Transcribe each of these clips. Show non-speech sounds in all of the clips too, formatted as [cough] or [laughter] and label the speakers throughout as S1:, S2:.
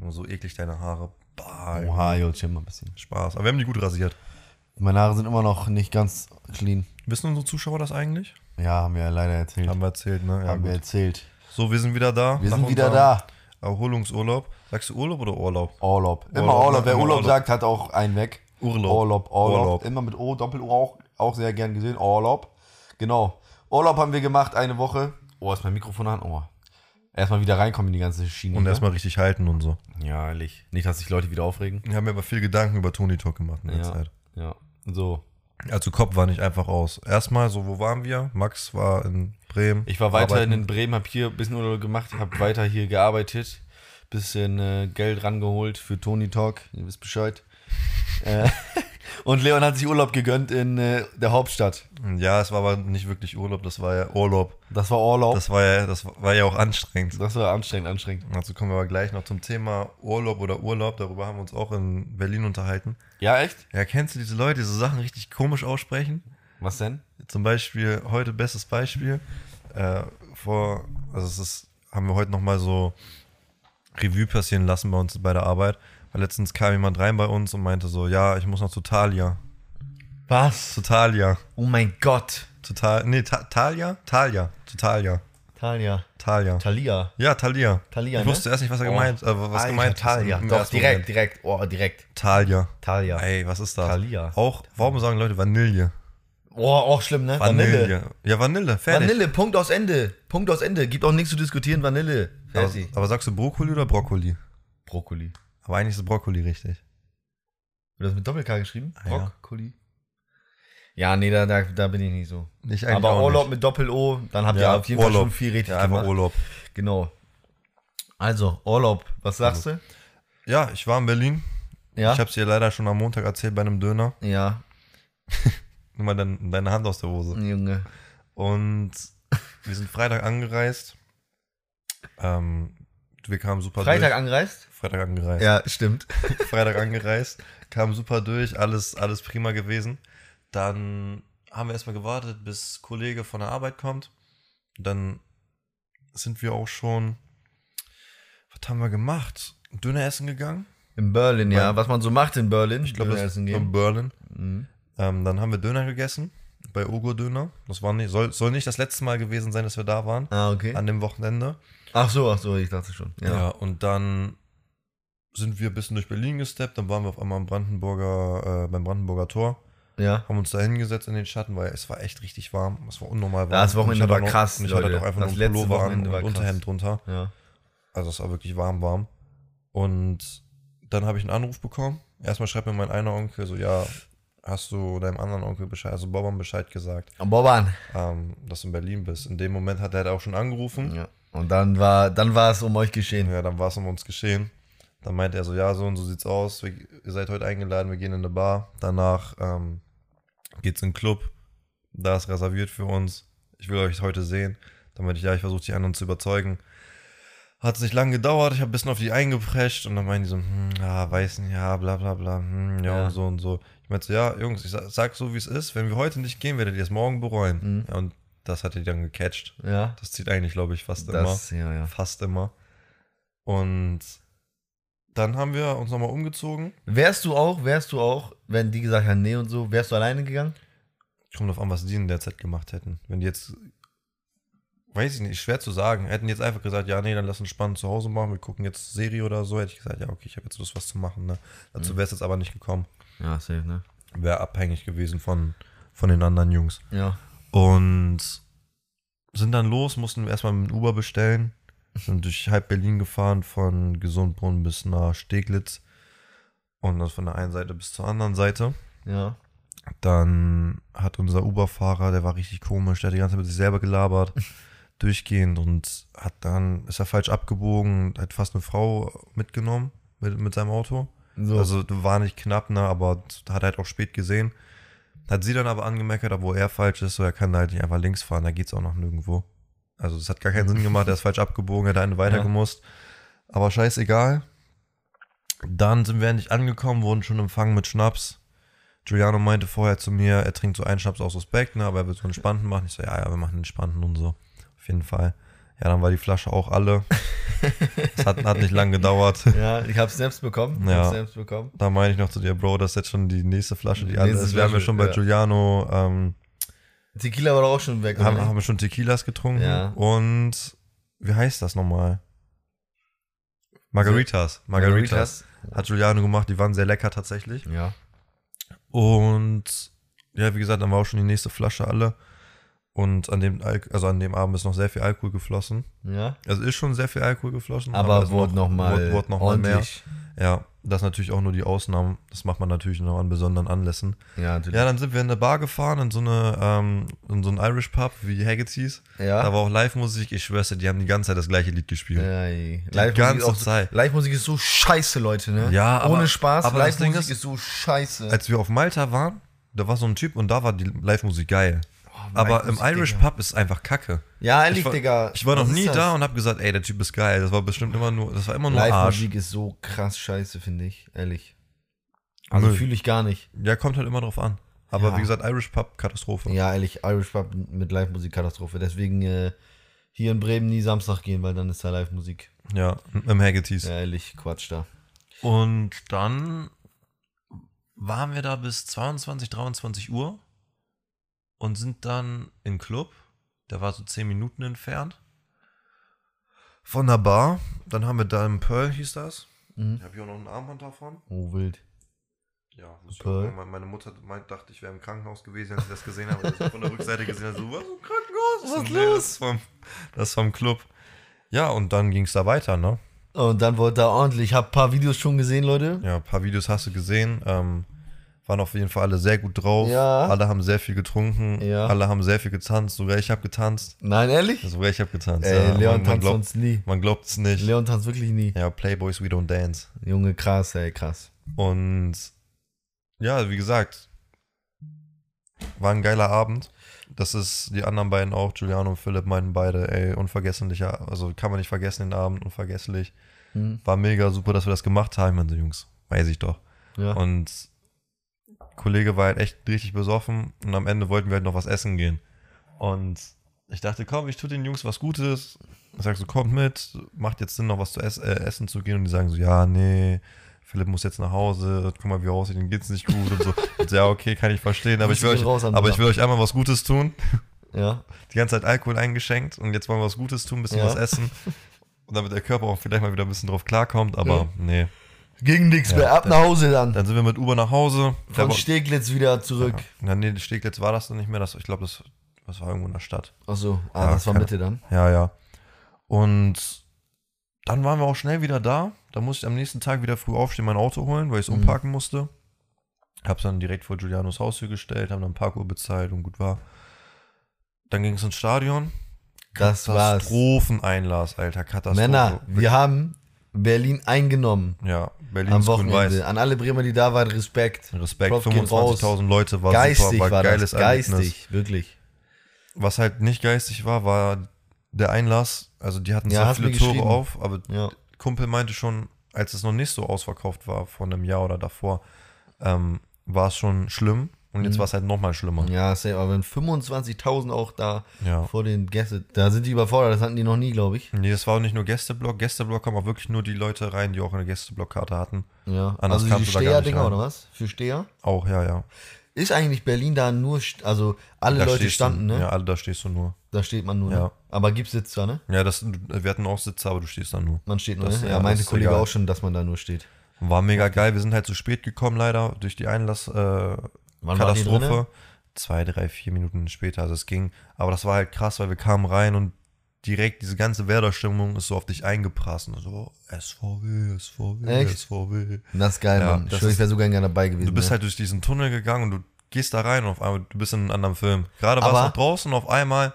S1: Immer so eklig deine Haare. Bah, Junge.
S2: Oha, yo, chill mal ein bisschen.
S1: Spaß. Aber wir haben die gut rasiert.
S2: Meine Haare sind immer noch nicht ganz clean.
S1: Wissen unsere Zuschauer das eigentlich?
S2: Ja, haben wir ja leider erzählt.
S1: Haben wir erzählt, ne? Ja,
S2: Haben wir
S1: gut.
S2: erzählt.
S1: So, wir sind wieder da.
S2: Wir
S1: Nach
S2: sind wieder
S1: unserem
S2: da.
S1: Erholungsurlaub. Sagst du Urlaub oder Urlaub?
S2: Urlaub. Immer
S1: Urlaub,
S2: Urlaub.
S1: ne?
S2: Wer
S1: Immer
S2: Urlaub
S1: Urlaub.
S2: sagt, hat auch einen weg.
S1: Urlaub.
S2: Urlaub, Urlaub.
S1: Urlaub.
S2: Immer mit O, Doppel-O auch, auch sehr gern gesehen. Urlaub. Genau. Urlaub haben wir gemacht, eine Woche. Oh, ist mein Mikrofon an? Oh. Erstmal wieder reinkommen in die ganze Schiene.
S1: Und
S2: ne?
S1: erstmal richtig halten und so.
S2: Ja, ehrlich. Nicht, dass sich Leute wieder aufregen.
S1: Wir haben aber viel Gedanken über Tony Talk gemacht in der
S2: Ja.
S1: Zeit.
S2: Ja. So.
S1: Also Kopf war nicht einfach aus. Erstmal so, wo waren wir? Max war in Bremen.
S2: Ich war weiter
S1: Arbeiten.
S2: in Bremen, hab hier ein bisschen Urlaub gemacht, hab weiter hier gearbeitet, bisschen äh, Geld rangeholt für Tony Talk, ihr wisst Bescheid. äh, [laughs] und Leon hat sich Urlaub gegönnt in äh, der Hauptstadt.
S1: Ja, es war aber nicht wirklich Urlaub, das war ja Urlaub.
S2: Das war Urlaub. Das,
S1: Das war ja, das war ja auch anstrengend.
S2: war anstrengend, anstrengend.
S1: Dazu kommen wir aber gleich noch zum Thema Urlaub oder Urlaub. Darüber haben wir uns auch in Berlin unterhalten.
S2: Ja, echt?
S1: Ja, kennst du diese Leute, die so Sachen richtig komisch aussprechen?
S2: Was denn?
S1: Zum Beispiel, heute bestes Beispiel, äh, vor, also es ist, haben wir heute nochmal so Revue passieren lassen bei uns bei der Arbeit. Weil letztens kam jemand rein bei uns und meinte so, ja, ich muss noch zu Thalia.
S2: Was?
S1: Zu Thalia.
S2: Oh mein Gott.
S1: Zu Tal nee, Ta Talia? Talia. Zu Talia.
S2: Talia.
S1: Talia.
S2: Talia.
S1: ja, Talia.
S2: Talia,
S1: ich
S2: ne?
S1: wusste erst nicht, was er gemeint, äh, was
S2: Alter,
S1: gemeint ist
S2: Talia.
S1: im
S2: Doch,
S1: ersten
S2: direkt,
S1: Moment.
S2: direkt. Oh, direkt.
S1: Talia.
S2: Talia.
S1: Ey, was ist das?
S2: Thalia.
S1: Auch, warum sagen Leute Vanille?
S2: Oh, auch schlimm, ne?
S1: Ja, Vanille, fertig.
S2: Vanille, Punkt aus Ende. Punkt aus Ende. Gibt auch nichts zu diskutieren, Vanille.
S1: Aber, aber sagst du Brokkoli oder Brokkoli?
S2: Brokkoli.
S1: Aber eigentlich ist Brokkoli richtig.
S2: Wird das mit Doppel-K geschrieben?
S1: Ah, ja.
S2: Brokkoli. Ja, nee, da, da, da bin ich nicht so.
S1: Nicht eigentlich
S2: Aber
S1: auch
S2: Urlaub
S1: nicht.
S2: mit Doppel-O, dann habt ihr
S1: Ja,
S2: auf jeden Fall
S1: Urlaub.
S2: schon viel richtig
S1: Ja, einfach
S2: gemacht.
S1: Urlaub.
S2: Genau. Also, Urlaub, was sagst du?
S1: Ja, ich war in Berlin.
S2: Ja.
S1: Ich hab's dir leider schon am Montag erzählt bei einem Döner.
S2: ja,
S1: Nimm mal dein, deine Hand aus der Hose.
S2: Junge. [laughs]
S1: Und wir sind Freitag angereist. Ähm, wir kamen super
S2: Freitag
S1: durch.
S2: angereist?
S1: Freitag angereist.
S2: Ja, stimmt.
S1: Freitag angereist, kam super durch, alles, alles prima gewesen. Dann haben wir erstmal gewartet, bis Kollege von der Arbeit kommt. Dann sind wir auch schon, was haben wir gemacht? Döner essen gegangen?
S2: In Berlin, ja. Was man so macht in Berlin.
S1: Ich glaube, das ist
S2: essen
S1: in
S2: gehen.
S1: Berlin.
S2: Mhm.
S1: Ähm, dann haben wir Döner gegessen, bei Ogo Döner. Das war nicht, soll, soll nicht das letzte Mal gewesen sein, dass wir da waren,
S2: Ah, okay.
S1: an dem Wochenende.
S2: Ach so, ach so, ich dachte schon.
S1: Ja.
S2: Ja.
S1: und dann sind wir ein bisschen durch Berlin gesteppt, dann waren wir auf einmal am Brandenburger, äh, beim Brandenburger Tor.
S2: Ja.
S1: haben uns da hingesetzt in den Schatten, weil es war echt richtig warm. Es war unnormal warm.
S2: Ja, das Wochenende
S1: Und ich hatte
S2: war
S1: noch-
S2: krass,
S1: und Ich hatte
S2: Leute.
S1: doch einfach
S2: Das
S1: nur einen
S2: letzte
S1: Pullover an
S2: Wochenende
S1: und
S2: war krass.
S1: Unterhemd drunter.
S2: ja.
S1: Also es war wirklich warm, warm. Und dann habe ich einen Anruf bekommen. Erstmal schreibt mir mein einer Onkel so, ja, hast du deinem anderen Onkel Bescheid, also Bobban Bescheid gesagt,
S2: Am Boban.
S1: ähm, dass du in Berlin bist. In dem Moment hat er halt auch schon angerufen.
S2: Ja. Und dann war, dann war es um euch geschehen.
S1: Ja, dann war es um uns geschehen. Dann meinte er so, ja, so und so sieht's aus. Wir, ihr seid heute eingeladen, wir gehen in eine Bar. Danach ähm, geht's in den Club. Da ist reserviert für uns. Ich will euch heute sehen. Dann meinte ich, ja, ich versuche die anderen zu überzeugen. Hat nicht lange gedauert, ich habe ein bisschen auf die eingeprescht und dann meinen die so, hm, ja, weiß nicht, ja, bla bla bla, hm, ja,
S2: Ja.
S1: und so und so. Ich meinte so, ja, Jungs, ich sag, sag so, wie es ist, wenn wir heute nicht gehen, werdet ihr es morgen bereuen.
S2: Mhm.
S1: Ja, und das hat er dann gecatcht.
S2: Ja.
S1: Das zieht eigentlich, glaube ich, fast immer
S2: Das, ja, ja.
S1: fast immer. Und dann haben wir uns nochmal umgezogen.
S2: Wärst du auch, wärst du auch, wenn die gesagt haben, nee und so, wärst du alleine gegangen?
S1: Kommt drauf an, was die in der Zeit gemacht hätten. Wenn die jetzt, weiß ich nicht, schwer zu sagen, hätten die jetzt einfach gesagt, ja, nee, dann lass uns spannend zu Hause machen, wir gucken jetzt Serie oder so, hätte ich gesagt, ja, okay, ich habe jetzt Lust, was zu machen. Ne? Dazu wäre es jetzt aber nicht gekommen.
S2: Ja, safe, ne?
S1: Wäre abhängig gewesen von, von den anderen Jungs.
S2: Ja.
S1: Und sind dann los, mussten erstmal mit dem Uber bestellen. Sind durch halb Berlin gefahren, von Gesundbrunnen bis nach Steglitz. Und das von der einen Seite bis zur anderen Seite.
S2: Ja.
S1: Dann hat unser Uber-Fahrer, der war richtig komisch, der hat die ganze Zeit mit sich selber gelabert, durchgehend und hat dann, ist er falsch abgebogen, hat fast eine Frau mitgenommen mit, mit seinem Auto.
S2: So.
S1: Also war nicht knapp, ne, aber hat halt auch spät gesehen. Hat sie dann aber angemeckert, obwohl er falsch ist, so er kann da halt nicht einfach links fahren, da geht's auch noch nirgendwo. Also es hat gar keinen Sinn gemacht, er ist falsch abgebogen, hätte eine weiter
S2: Ja.
S1: gemusst. Aber scheißegal. Dann sind wir endlich angekommen, wurden schon empfangen mit Schnaps. Giuliano meinte vorher zu mir, er trinkt so einen Schnaps aus Respekt, ne, aber er will so einen entspannten machen. Ich so, ja, ja, wir machen einen entspannten und so. Auf jeden Fall. Ja, dann war die Flasche auch alle. Es hat, hat nicht lang
S2: [laughs]
S1: gedauert.
S2: Ja, ich hab's selbst bekommen. Ich
S1: Ja.
S2: hab's selbst bekommen.
S1: Da meine ich noch zu dir, Bro, das ist jetzt schon die nächste Flasche, die,
S2: Die
S1: alle
S2: nächste
S1: ist. Wir haben ja
S2: Flasche,
S1: schon bei
S2: ja.
S1: Giuliano, ähm,
S2: Tequila war doch auch schon weg.
S1: haben,
S2: oder?
S1: haben wir schon Tequilas getrunken.
S2: Genau. Ja.
S1: Und wie heißt das nochmal? Margaritas. Margaritas. Hat Giuliano gemacht, die waren sehr lecker tatsächlich.
S2: Ja.
S1: Und ja, wie gesagt, dann war auch schon die nächste Flasche alle. Und an dem, Alk also an dem Abend ist noch sehr viel Alkohol geflossen.
S2: Ja.
S1: Also ist schon sehr viel Alkohol geflossen.
S2: Aber
S1: es
S2: wurde nochmal
S1: wurde, wurde noch mal mehr. Ja, das ist natürlich auch nur die Ausnahmen. Das macht man natürlich nur an besonderen Anlässen.
S2: Ja, natürlich.
S1: Ja, dann sind wir in eine Bar gefahren, in so, eine, ähm, in so einen Irish Pub wie Haggerty's.
S2: Ja.
S1: Da war auch Live-Musik. Ich schwör's dir, die haben die ganze Zeit das gleiche Lied gespielt.
S2: Ey,
S1: Die
S2: Live-Musik
S1: ganze
S2: ist auch,
S1: Zeit.
S2: Live-Musik ist so scheiße, Leute, ne?
S1: Ja, aber-
S2: Ohne Spaß,
S1: aber das Ding
S2: Live-Musik ist,
S1: ist-
S2: so scheiße.
S1: Als wir auf Malta waren, da war so ein Typ und da war die Live-Musik geil. Aber im
S2: Oh, Live-Musik,
S1: Irish
S2: Digga.
S1: Pub ist einfach Kacke.
S2: ja, ehrlich,
S1: Ich war,
S2: Digga.
S1: ich war noch
S2: was ist
S1: nie
S2: das?
S1: da und hab gesagt, ey, der Typ ist geil. Das war bestimmt immer nur, das war immer nur Arsch.
S2: Live-Musik ist so krass scheiße, finde ich. Ehrlich. Also
S1: Müll.
S2: fühle ich gar nicht.
S1: Ja, kommt halt immer drauf an. Aber
S2: Ja.
S1: wie gesagt, Irish Pub, Katastrophe.
S2: Ja, ehrlich, Irish Pub mit Live-Musik Katastrophe. Deswegen äh, hier in Bremen nie Samstag gehen, weil dann ist da Live-Musik.
S1: Ja, im Haggerty's.
S2: Ja, ehrlich, Quatsch da.
S1: Und dann waren wir da bis 22, 23 Uhr und sind dann in Club. Der war so 10 Minuten entfernt. Von der Bar. Dann haben wir da im Pearl, hieß das.
S2: Mhm.
S1: Ich habe hier auch noch einen Armband davon.
S2: Oh, wild.
S1: Ja, muss ich
S2: Pearl.
S1: auch sagen. meine, meine Mutter meint, dachte, ich wäre im Krankenhaus gewesen, als ich das gesehen habe. Als ich von der Rückseite gesehen habe, so, was im Krankenhaus?
S2: Was ist
S1: Nee,
S2: los?
S1: Das ist vom, das ist vom Club. Ja, und dann ging es da weiter, ne?
S2: Und dann wurde da ordentlich. Ich habe ein paar Videos schon gesehen, Leute.
S1: Ja, ein paar Videos hast du gesehen. Ähm, waren auf jeden Fall alle sehr gut drauf.
S2: Ja.
S1: Alle haben sehr viel getrunken.
S2: Ja.
S1: Alle haben sehr viel getanzt. Sogar ich habe getanzt.
S2: Nein, ehrlich?
S1: Sogar ich habe getanzt.
S2: Ey,
S1: ja.
S2: Leon
S1: man, man
S2: tanzt
S1: glaubt,
S2: sonst nie.
S1: Man glaubt es nicht.
S2: Leon tanzt wirklich nie.
S1: Ja, Playboys, we don't dance.
S2: Junge, krass, ey, krass.
S1: Und ja, wie gesagt, war ein geiler Abend. Das ist die anderen beiden auch, Giuliano und Philipp meinten beide, ey, unvergesslicher, also kann man nicht vergessen den Abend, unvergesslich.
S2: Mhm.
S1: War mega super, dass wir das gemacht haben, meine Jungs. Weiß ich doch.
S2: Ja.
S1: Und Kollege war halt echt richtig besoffen und am Ende wollten wir halt noch was essen gehen. Und ich dachte, komm, ich tue den Jungs was Gutes. Ich sag so, kommt mit, macht jetzt Sinn, noch was zu ess äh, essen zu gehen. Und die sagen so, ja, nee, Philipp muss jetzt nach Hause, guck mal, wie er aussieht, dem geht's nicht gut und so. Und so, [laughs] ja, okay, kann ich verstehen, aber, ich will,
S2: Grüße gehen raus
S1: euch,
S2: an
S1: aber
S2: Bram.
S1: ich will euch einmal was Gutes tun.
S2: ja.
S1: Die ganze Zeit Alkohol eingeschenkt und jetzt wollen wir was Gutes tun, ein bisschen
S2: Ja.
S1: was
S2: [laughs]
S1: essen. Und damit der Körper auch vielleicht mal wieder ein bisschen drauf klarkommt, aber nee.
S2: Ging nichts mehr. Ab nach Hause dann.
S1: Dann sind wir mit Uber nach Hause. Der
S2: Von
S1: war-
S2: Steglitz wieder zurück.
S1: Na, nee, die Steglitz war das dann nicht mehr. Das, ich glaube, das, das war irgendwo in der Stadt.
S2: Achso, ah,
S1: Ja,
S2: das war
S1: keine-
S2: Mitte dann.
S1: Ja, ja. Und dann waren wir auch schnell wieder da. Da musste ich am nächsten Tag wieder früh aufstehen, mein Auto holen, weil ich es
S2: Mhm.
S1: umparken musste. Hab's dann direkt vor Giulianos Haustür gestellt, haben dann Parkuhr bezahlt und gut war. Dann ging es ins Stadion.
S2: Das war's.
S1: Katastropheneinlass, Alter. Katastrophe.
S2: Männer, wir haben Berlin eingenommen
S1: Ja, Berlin
S2: am
S1: ist grün-weiß.
S2: Wochenende. An alle Bremer, die da waren, Respekt.
S1: Respekt,
S2: Props gehen raus.
S1: 25.000 Leute war
S2: Geistig
S1: super,
S2: war,
S1: war, geiles
S2: das.
S1: Erlebnis.
S2: Geistig, wirklich.
S1: Was halt nicht geistig war, war der Einlass. Also die hatten
S2: Ja,
S1: zwar
S2: hast
S1: viele
S2: mir
S1: Tore
S2: geschrieben.
S1: auf, aber
S2: Ja.
S1: Kumpel meinte schon, als es noch nicht so ausverkauft war, vor einem Jahr oder davor, ähm, war es schon schlimm. Und
S2: Mhm.
S1: jetzt war es halt nochmal schlimmer.
S2: Ja, safe. Aber wenn 25.000 auch da
S1: Ja.
S2: vor den Gästen, da sind die überfordert. Das hatten die noch nie, glaube ich.
S1: Nee, das war auch nicht nur Gästeblock. Gästeblock kamen auch wirklich nur die Leute rein, die auch eine Gästeblock-Karte hatten.
S2: Ja.
S1: Anders
S2: also
S1: kamst du da
S2: die
S1: gar nicht
S2: Steher-Dinger
S1: rein.
S2: oder was? Für Steher?
S1: Auch, ja, ja.
S2: Ist eigentlich Berlin da nur, st- also alle
S1: Da
S2: Leute
S1: stehst
S2: standen,
S1: du,
S2: ne?
S1: Ja, alle, da stehst du nur.
S2: Da steht man nur, ne?
S1: Ja.
S2: Aber gibt's jetzt zwar, ne?
S1: Ja, das, wir hatten auch Sitze, aber du stehst da nur.
S2: Man steht nur,
S1: Das-
S2: ne?
S1: ja,
S2: Ja,
S1: das
S2: meinte
S1: ist
S2: Kollege
S1: egal.
S2: auch schon, dass man da nur steht.
S1: War mega geil. Wir sind halt zu spät gekommen, leider, durch die Einlasskatastrophe.
S2: Wann
S1: Äh,
S2: waren die ne? drinne?
S1: Katastrophe. Zwei, drei, vier Minuten später. Also es ging. Aber das war halt krass, weil wir kamen rein und direkt diese ganze Werder-Stimmung ist so auf dich eingeprasst. Und so, SVW, SVW,
S2: Echt?
S1: SVW.
S2: Und Das ist geil,
S1: Ja,
S2: Mann. Ich
S1: das
S2: schwöre, ich
S1: ist-
S2: wäre so gerne dabei gewesen.
S1: Du bist
S2: ne?
S1: halt durch diesen Tunnel gegangen und du gehst da rein und auf einmal, du bist in einem anderen Film. Gerade warst
S2: Aber-
S1: du draußen und auf einmal,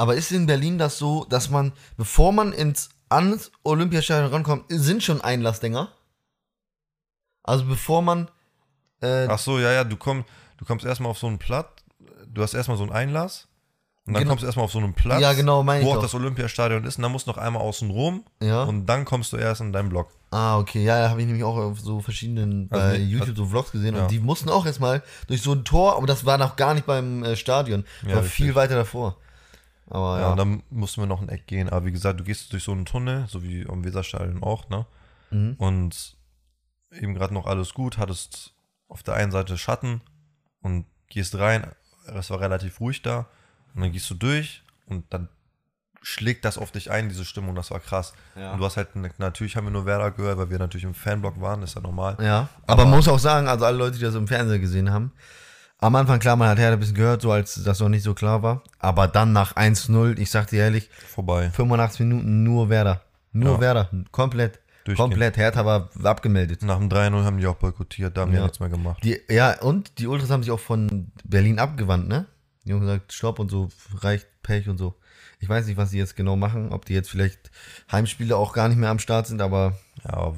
S2: Aber ist in Berlin das so, dass man, bevor man ins ans Olympiastadion rankommt, sind schon Einlassdinger? Also bevor man äh,
S1: ach so, ja, ja, du, komm, du kommst erstmal auf so einen Platz, du hast erstmal so einen Einlass. Und dann
S2: Genau.
S1: kommst du erstmal auf so einen Platz,
S2: Ja, genau, meine
S1: wo
S2: ich
S1: auch
S2: doch.
S1: das Olympiastadion ist, und dann musst du noch einmal außen rum
S2: ja.
S1: Und dann kommst du erst in deinen Blog.
S2: ah, okay, ja, da habe ich nämlich auch auf so verschiedenen bei
S1: Also nicht-
S2: YouTube so Vlogs gesehen
S1: ja.
S2: und die mussten auch erstmal durch so ein Tor, aber das war noch gar nicht beim äh, Stadion,
S1: Ja,
S2: war
S1: richtig.
S2: viel weiter davor. Aber
S1: Ja,
S2: ja.
S1: und dann mussten wir noch ein Eck gehen. Aber wie gesagt, du gehst durch so einen Tunnel, so wie am Weserstadion auch, ne?
S2: Mhm.
S1: Und eben gerade noch alles gut, hattest auf der einen Seite Schatten und gehst rein. Es war relativ ruhig da. Und dann gehst du durch und dann schlägt das auf dich ein, diese Stimmung. Das war krass.
S2: Ja.
S1: Und du hast halt, natürlich haben wir nur Werder gehört, weil wir natürlich im Fanblock waren, ist ja normal.
S2: Ja, aber, man muss auch sagen, also alle Leute, die das im Fernsehen gesehen haben, am Anfang, klar, man hat Hertha ein bisschen gehört, so als das noch nicht so klar war. Aber dann nach 1-0, ich sag dir ehrlich,
S1: Vorbei.
S2: 85 Minuten nur Werder. Nur
S1: Ja.
S2: Werder. Komplett.
S1: Durchgehend.
S2: Komplett. Hertha war abgemeldet.
S1: Nach dem 3-0 haben die auch boykottiert, da haben die
S2: Ja.
S1: ja nichts mehr gemacht.
S2: Die, ja, und die Ultras haben sich auch von Berlin abgewandt, ne? Die haben gesagt, stopp und so, reicht, Pech und so. Ich weiß nicht, was die jetzt genau machen, ob die jetzt vielleicht Heimspiele auch gar nicht mehr am Start sind, aber
S1: Ja, aber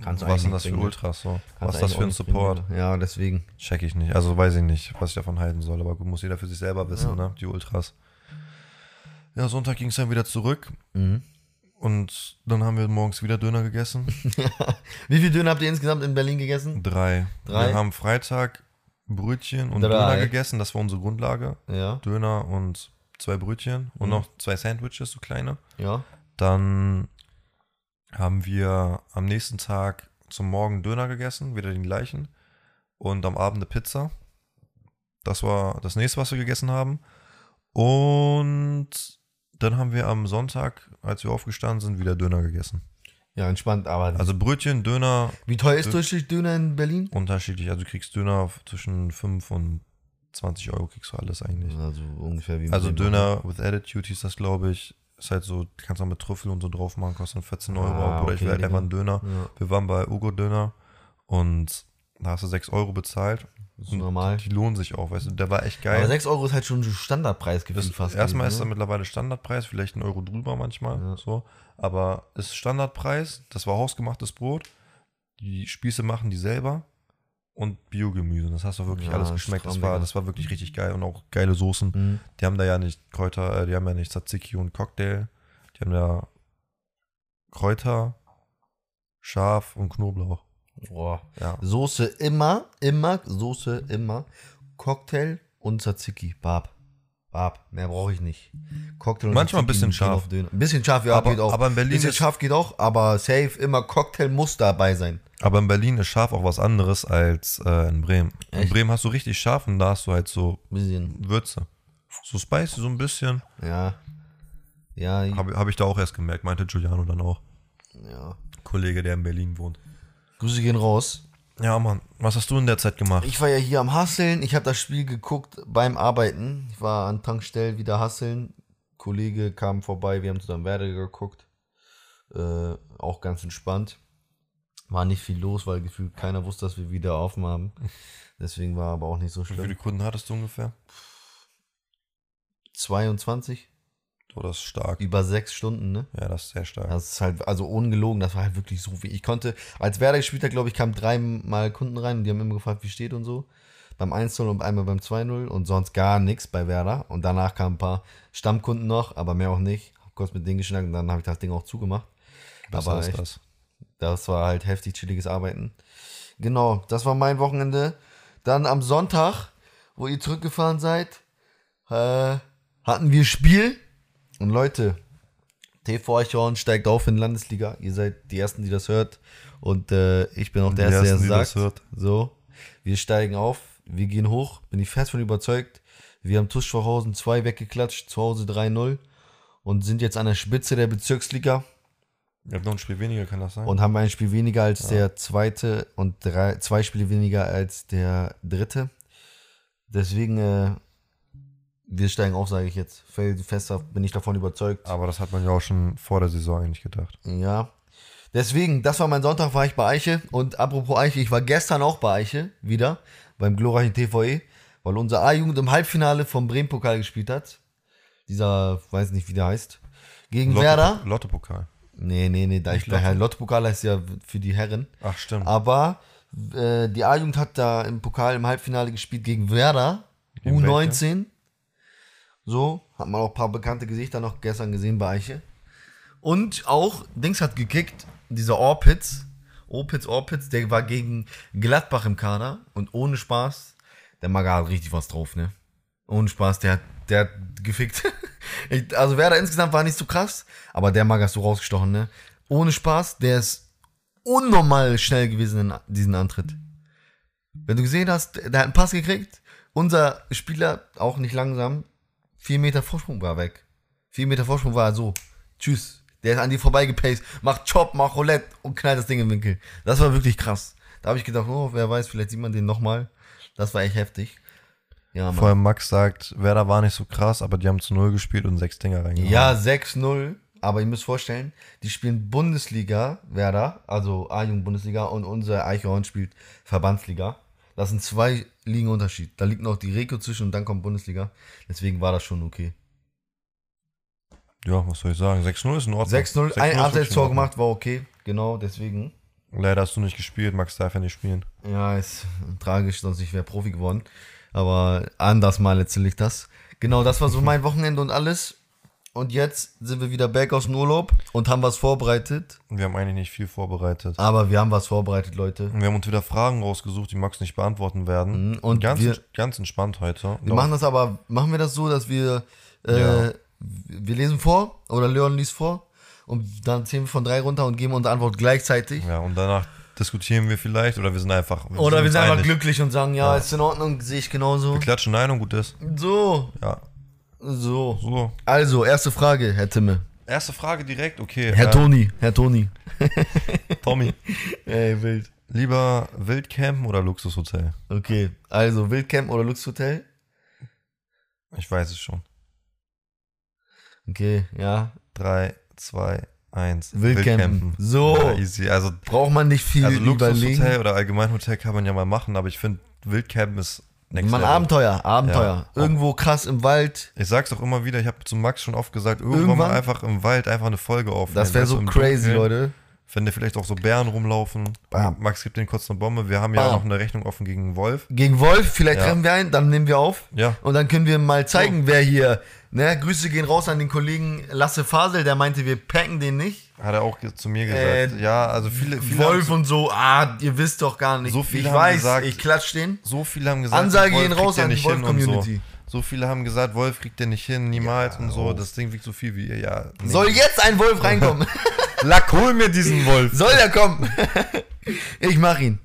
S2: Kannst du
S1: was
S2: eigentlich
S1: sind das für
S2: bringen, ne?
S1: Ultras so? was
S2: Kannst
S1: ist das
S2: eigentlich
S1: für ein
S2: auch nicht bringen,
S1: Support?
S2: oder? Ja, deswegen.
S1: Check ich nicht. Also weiß ich nicht, was ich davon halten soll. Aber gut, muss jeder für sich selber wissen, ne? Die Ultras. Ja, Sonntag ging es dann wieder zurück.
S2: Mhm.
S1: Und dann haben wir morgens wieder Döner gegessen.
S2: Wie viel Döner habt ihr insgesamt in Berlin gegessen?
S1: Drei.
S2: Drei?
S1: Wir haben Freitag Brötchen und
S2: Drei.
S1: Döner gegessen. Das war unsere Grundlage.
S2: Ja.
S1: Döner und zwei Brötchen und
S2: Mhm.
S1: noch zwei Sandwiches, so kleine.
S2: Ja.
S1: Dann haben wir am nächsten Tag zum Morgen Döner gegessen, wieder den gleichen. Und am Abend eine Pizza. Das war das nächste, was wir gegessen haben. Und dann haben wir am Sonntag, als wir aufgestanden sind, wieder Döner gegessen.
S2: Ja, entspannt, aber
S1: Also Brötchen, Döner,
S2: wie teuer ist
S1: Dö-
S2: durchschnittlich Döner in Berlin?
S1: unterschiedlich. Also du kriegst Döner zwischen 5 und 20 Euro, kriegst du alles eigentlich.
S2: Also ungefähr wie
S1: Also
S2: mit dem-
S1: Döner with Attitude hieß das, glaube ich. Ist halt so, kannst du auch mit Trüffel und so drauf machen, kostet dann 14 Euro.
S2: Ah,
S1: Oder ich
S2: okay,
S1: will halt
S2: Digga.
S1: einfach einen Döner.
S2: Ja,
S1: Wir waren bei Ugo Döner und da hast du 6 Euro bezahlt.
S2: das ist
S1: Und
S2: normal.
S1: Die lohnen sich auch, weißt du, der war echt
S2: Aber
S1: geil.
S2: 6 Euro ist halt schon so Standardpreis
S1: Das-
S2: gewesen fast.
S1: erstmal ist
S2: gewesen,
S1: er mittlerweile Standardpreis, vielleicht ein Euro drüber manchmal.
S2: Ja.
S1: So. Aber ist Standardpreis, das war hausgemachtes Brot. Die Spieße machen die selber und Biogemüse. Das hast du wirklich
S2: Ja,
S1: alles
S2: das ist
S1: geschmeckt. Das
S2: stramm,
S1: war,
S2: Digga.
S1: das war wirklich richtig geil und auch geile Soßen.
S2: ne? Mhm.
S1: Die haben da ja nicht Kräuter, äh, die haben ja nicht Tzatziki und Cocktail. Die haben da Kräuter, Schaf und Knoblauch.
S2: Boah.
S1: Ja.
S2: Soße immer, immer, Soße immer. Cocktail und Tzatziki. Bab. Bab. Mehr brauche ich nicht. Cocktail und
S1: Manchmal ein bisschen
S2: gehen
S1: scharf.
S2: auf Döner. Ein bisschen scharf, ja,
S1: Aber-
S2: geht auch.
S1: aber in Berlin
S2: bisschen
S1: ist-
S2: scharf geht auch, aber safe immer Cocktail muss dabei sein.
S1: Aber in Berlin ist scharf auch was anderes als äh, in Bremen. In
S2: Echt?
S1: Bremen hast du richtig scharf und da hast du halt so
S2: Ein bisschen.
S1: Würze. So spicy, so ein bisschen.
S2: Ja. Ja,
S1: Habe hab ich da auch erst gemerkt, meinte Giuliano dann auch.
S2: ja.
S1: Kollege, der in Berlin wohnt.
S2: Grüße gehen raus.
S1: Ja, Mann, was hast du in der Zeit gemacht?
S2: Ich war ja hier am Hasseln, ich habe das Spiel geguckt beim Arbeiten. Ich war an Tankstellen wieder Hasseln. Kollege kam vorbei, wir haben zusammen Werder geguckt. Äh, auch ganz entspannt. War nicht viel los, weil gefühlt keiner wusste, dass wir wieder offen haben. Deswegen war aber auch nicht so
S1: Wie viele
S2: schlimm.
S1: Kunden hattest du ungefähr?
S2: 22
S1: Oh, das ist stark.
S2: über sechs Stunden, ne?
S1: Ja, das ist sehr stark.
S2: Das ist halt, also ungelogen, das war halt wirklich so wie. Ich konnte, als Werder gespielt hat, glaube ich, kamen dreimal Kunden rein und die haben immer gefragt, wie steht und so. Beim 1-0 und einmal beim 2-0 und sonst gar nichts bei Werder. Und danach kamen ein paar Stammkunden noch, aber mehr auch nicht. Hab kurz mit denen geschnackt und dann habe ich das Ding auch zugemacht.
S1: Besser
S2: aber
S1: ist
S2: echt.
S1: das.
S2: Das war halt heftig chilliges Arbeiten. Genau, das war mein Wochenende. Dann am Sonntag, wo ihr zurückgefahren seid, äh, hatten wir Spiel. Und Leute, TV Eichhorn steigt auf in Landesliga. Ihr seid die Ersten, die das hört. Und äh, ich bin auch der
S1: Die
S2: Erste, der
S1: Ersten,
S2: es
S1: die das
S2: sagt.
S1: hört.
S2: So, wir steigen auf, wir gehen hoch. Bin ich fest von überzeugt. Wir haben Tusch Schwachhausen 2 weggeklatscht, zu Hause 3-0 und sind jetzt an der Spitze der Bezirksliga
S1: Ihr habt noch ein Spiel weniger, kann das sein?
S2: und haben ein Spiel weniger als der zweite und drei, zwei Spiele weniger als der dritte. Deswegen, äh, wir steigen auf, sage ich jetzt. Felsenfester bin ich davon überzeugt.
S1: aber das hat man ja auch schon vor der Saison eigentlich gedacht.
S2: Ja. Deswegen, das war mein Sonntag, war ich bei Eiche. Und apropos Eiche, ich war gestern auch bei Eiche wieder, beim glorreichen TVE, weil unsere A-Jugend im Halbfinale vom Bremen-Pokal gespielt hat. Dieser, weiß nicht, wie der heißt. Gegen Werder.
S1: Lotto-Pokal.
S2: Nee, nee, nee, da ich
S1: Lotto?
S2: daher Lotto-Pokal heißt ja für die Herren.
S1: Ach, stimmt.
S2: Aber äh, die A-Jugend hat da im Pokal im Halbfinale gespielt gegen Werder,
S1: Gegen
S2: U19. So, hat man auch ein paar bekannte Gesichter noch gestern gesehen bei Eiche. Und auch Dings hat gekickt, dieser Orpitz, Opitz, Orpitz, der war gegen Gladbach im Kader und ohne Spaß, der Maga hat richtig was drauf, ne? Ohne Spaß, der hat, der hat gefickt. [laughs] Ich, also Werder insgesamt war nicht so krass, aber der Mag hast du rausgestochen, ne? Ohne Spaß, der ist unnormal schnell gewesen in diesen Antritt. Wenn du gesehen hast, der hat einen Pass gekriegt, unser Spieler, auch nicht langsam, vier Meter Vorsprung war weg. Vier Meter Vorsprung war so, tschüss. Der ist an dir vorbeigepaced, macht Chop, macht Roulette und knallt das Ding im Winkel. Das war wirklich krass. Da habe ich gedacht, oh, wer weiß, vielleicht sieht man den nochmal. Das war echt heftig. Ja, Mann.
S1: Vor allem Max sagt, Werder war nicht so krass, aber die haben zu Null gespielt und sechs Dinger reingehauen.
S2: Ja, 6-0. Aber ihr müsst vorstellen, die spielen Bundesliga, Werder, also A-Jugend-Bundesliga und unser Eichhorn spielt Verbandsliga. Das sind zwei Ligen Unterschied. Da liegt noch die Reko zwischen und dann kommt Bundesliga. Deswegen war das schon okay.
S1: Ja, was soll ich sagen? 6-0 ist in Ordnung.
S2: 6-0, ein
S1: ist wirklich in
S2: Abseitstor
S1: Ordnung.
S2: gemacht, war okay. Genau, deswegen.
S1: Leider hast du nicht gespielt, Max darf ja nicht spielen.
S2: Ja, ist tragisch, sonst ich wäre Profi geworden. Aber anders mal letztendlich das. Genau, das war so mein Wochenende und alles. Und jetzt sind wir wieder back aus dem Urlaub und haben was vorbereitet.
S1: Wir haben eigentlich nicht viel vorbereitet.
S2: Aber wir haben was vorbereitet, Leute.
S1: Wir haben uns wieder Fragen rausgesucht, die Max nicht beantworten werden.
S2: Mhm, und
S1: ganz,
S2: wir-
S1: ganz entspannt heute.
S2: Wir machen das aber, machen wir das so, dass wir, äh,
S1: Ja.
S2: wir lesen vor oder Leon liest vor und dann zählen wir von drei runter und geben unsere Antwort gleichzeitig.
S1: ja, und danach diskutieren wir vielleicht oder wir sind einfach.
S2: Oder wir
S1: uns
S2: sind einfach
S1: einig.
S2: glücklich und sagen, ja, ist in Ordnung, sehe ich genauso.
S1: Wir klatschen nein und gut ist.
S2: So,
S1: Ja,
S2: so.
S1: so.
S2: Also, erste Frage, Herr Timme.
S1: Erste Frage direkt, okay.
S2: Herr
S1: äh,
S2: Toni, Herr Toni.
S1: Tommy.
S2: Ey, wild.
S1: Lieber Wildcampen oder Luxushotel?
S2: Okay, also Wildcamp oder Luxhotel?
S1: Ich weiß es schon.
S2: Okay, ja.
S1: 3, 2, 1.
S2: Wildcampen. Oh. So.
S1: Ja, easy. Also,
S2: Braucht man nicht viel
S1: also
S2: überlegen.
S1: Luxushotel oder Allgemeinhotel kann man ja mal machen, aber ich finde, Wildcampen ist next
S2: Man
S1: level.
S2: Abenteuer, Abenteuer.
S1: Ja.
S2: Irgendwo krass im Wald.
S1: Ich sag's auch immer wieder, ich habe zu Max schon oft gesagt, irgendwann,
S2: Irgendwann-
S1: mal einfach im Wald einfach eine Folge aufnehmen.
S2: Das wäre
S1: weißt du,
S2: so
S1: im
S2: crazy,
S1: Dunkeln,
S2: Leute.
S1: Wenn dir vielleicht auch so Bären rumlaufen.
S2: Bam.
S1: Max gibt denen kurz eine Bombe. Wir haben ja
S2: Bam.
S1: noch eine Rechnung offen gegen Wolf.
S2: Gegen Wolf, vielleicht
S1: Ja.
S2: treffen wir ein, dann nehmen wir auf.
S1: Ja.
S2: Und dann können wir mal zeigen, wer hier. Ne? Grüße gehen raus an den Kollegen Lasse Fasel, der meinte, wir packen den nicht.
S1: Hat er auch ge- zu mir gesagt.
S2: Äh,
S1: ja, also viele, viele
S2: Wolf
S1: haben,
S2: und so, ah, ihr wisst doch gar nicht.
S1: So viele
S2: ich
S1: haben
S2: weiß,
S1: gesagt-
S2: ich klatsch den.
S1: so viele haben gesagt,
S2: Ansage
S1: Wolf
S2: gehen
S1: kriegt
S2: raus
S1: er
S2: an die
S1: nicht hin und
S2: Wolf-Community.
S1: So. so viele haben gesagt, Wolf kriegt der nicht hin, niemals und so. Das Ding wiegt so viel wie ihr. Ja, nee.
S2: Soll jetzt ein Wolf
S1: [laughs]
S2: reinkommen?
S1: Lack, hol mir diesen Wolf.
S2: Soll er kommen? [laughs] ich mach ihn.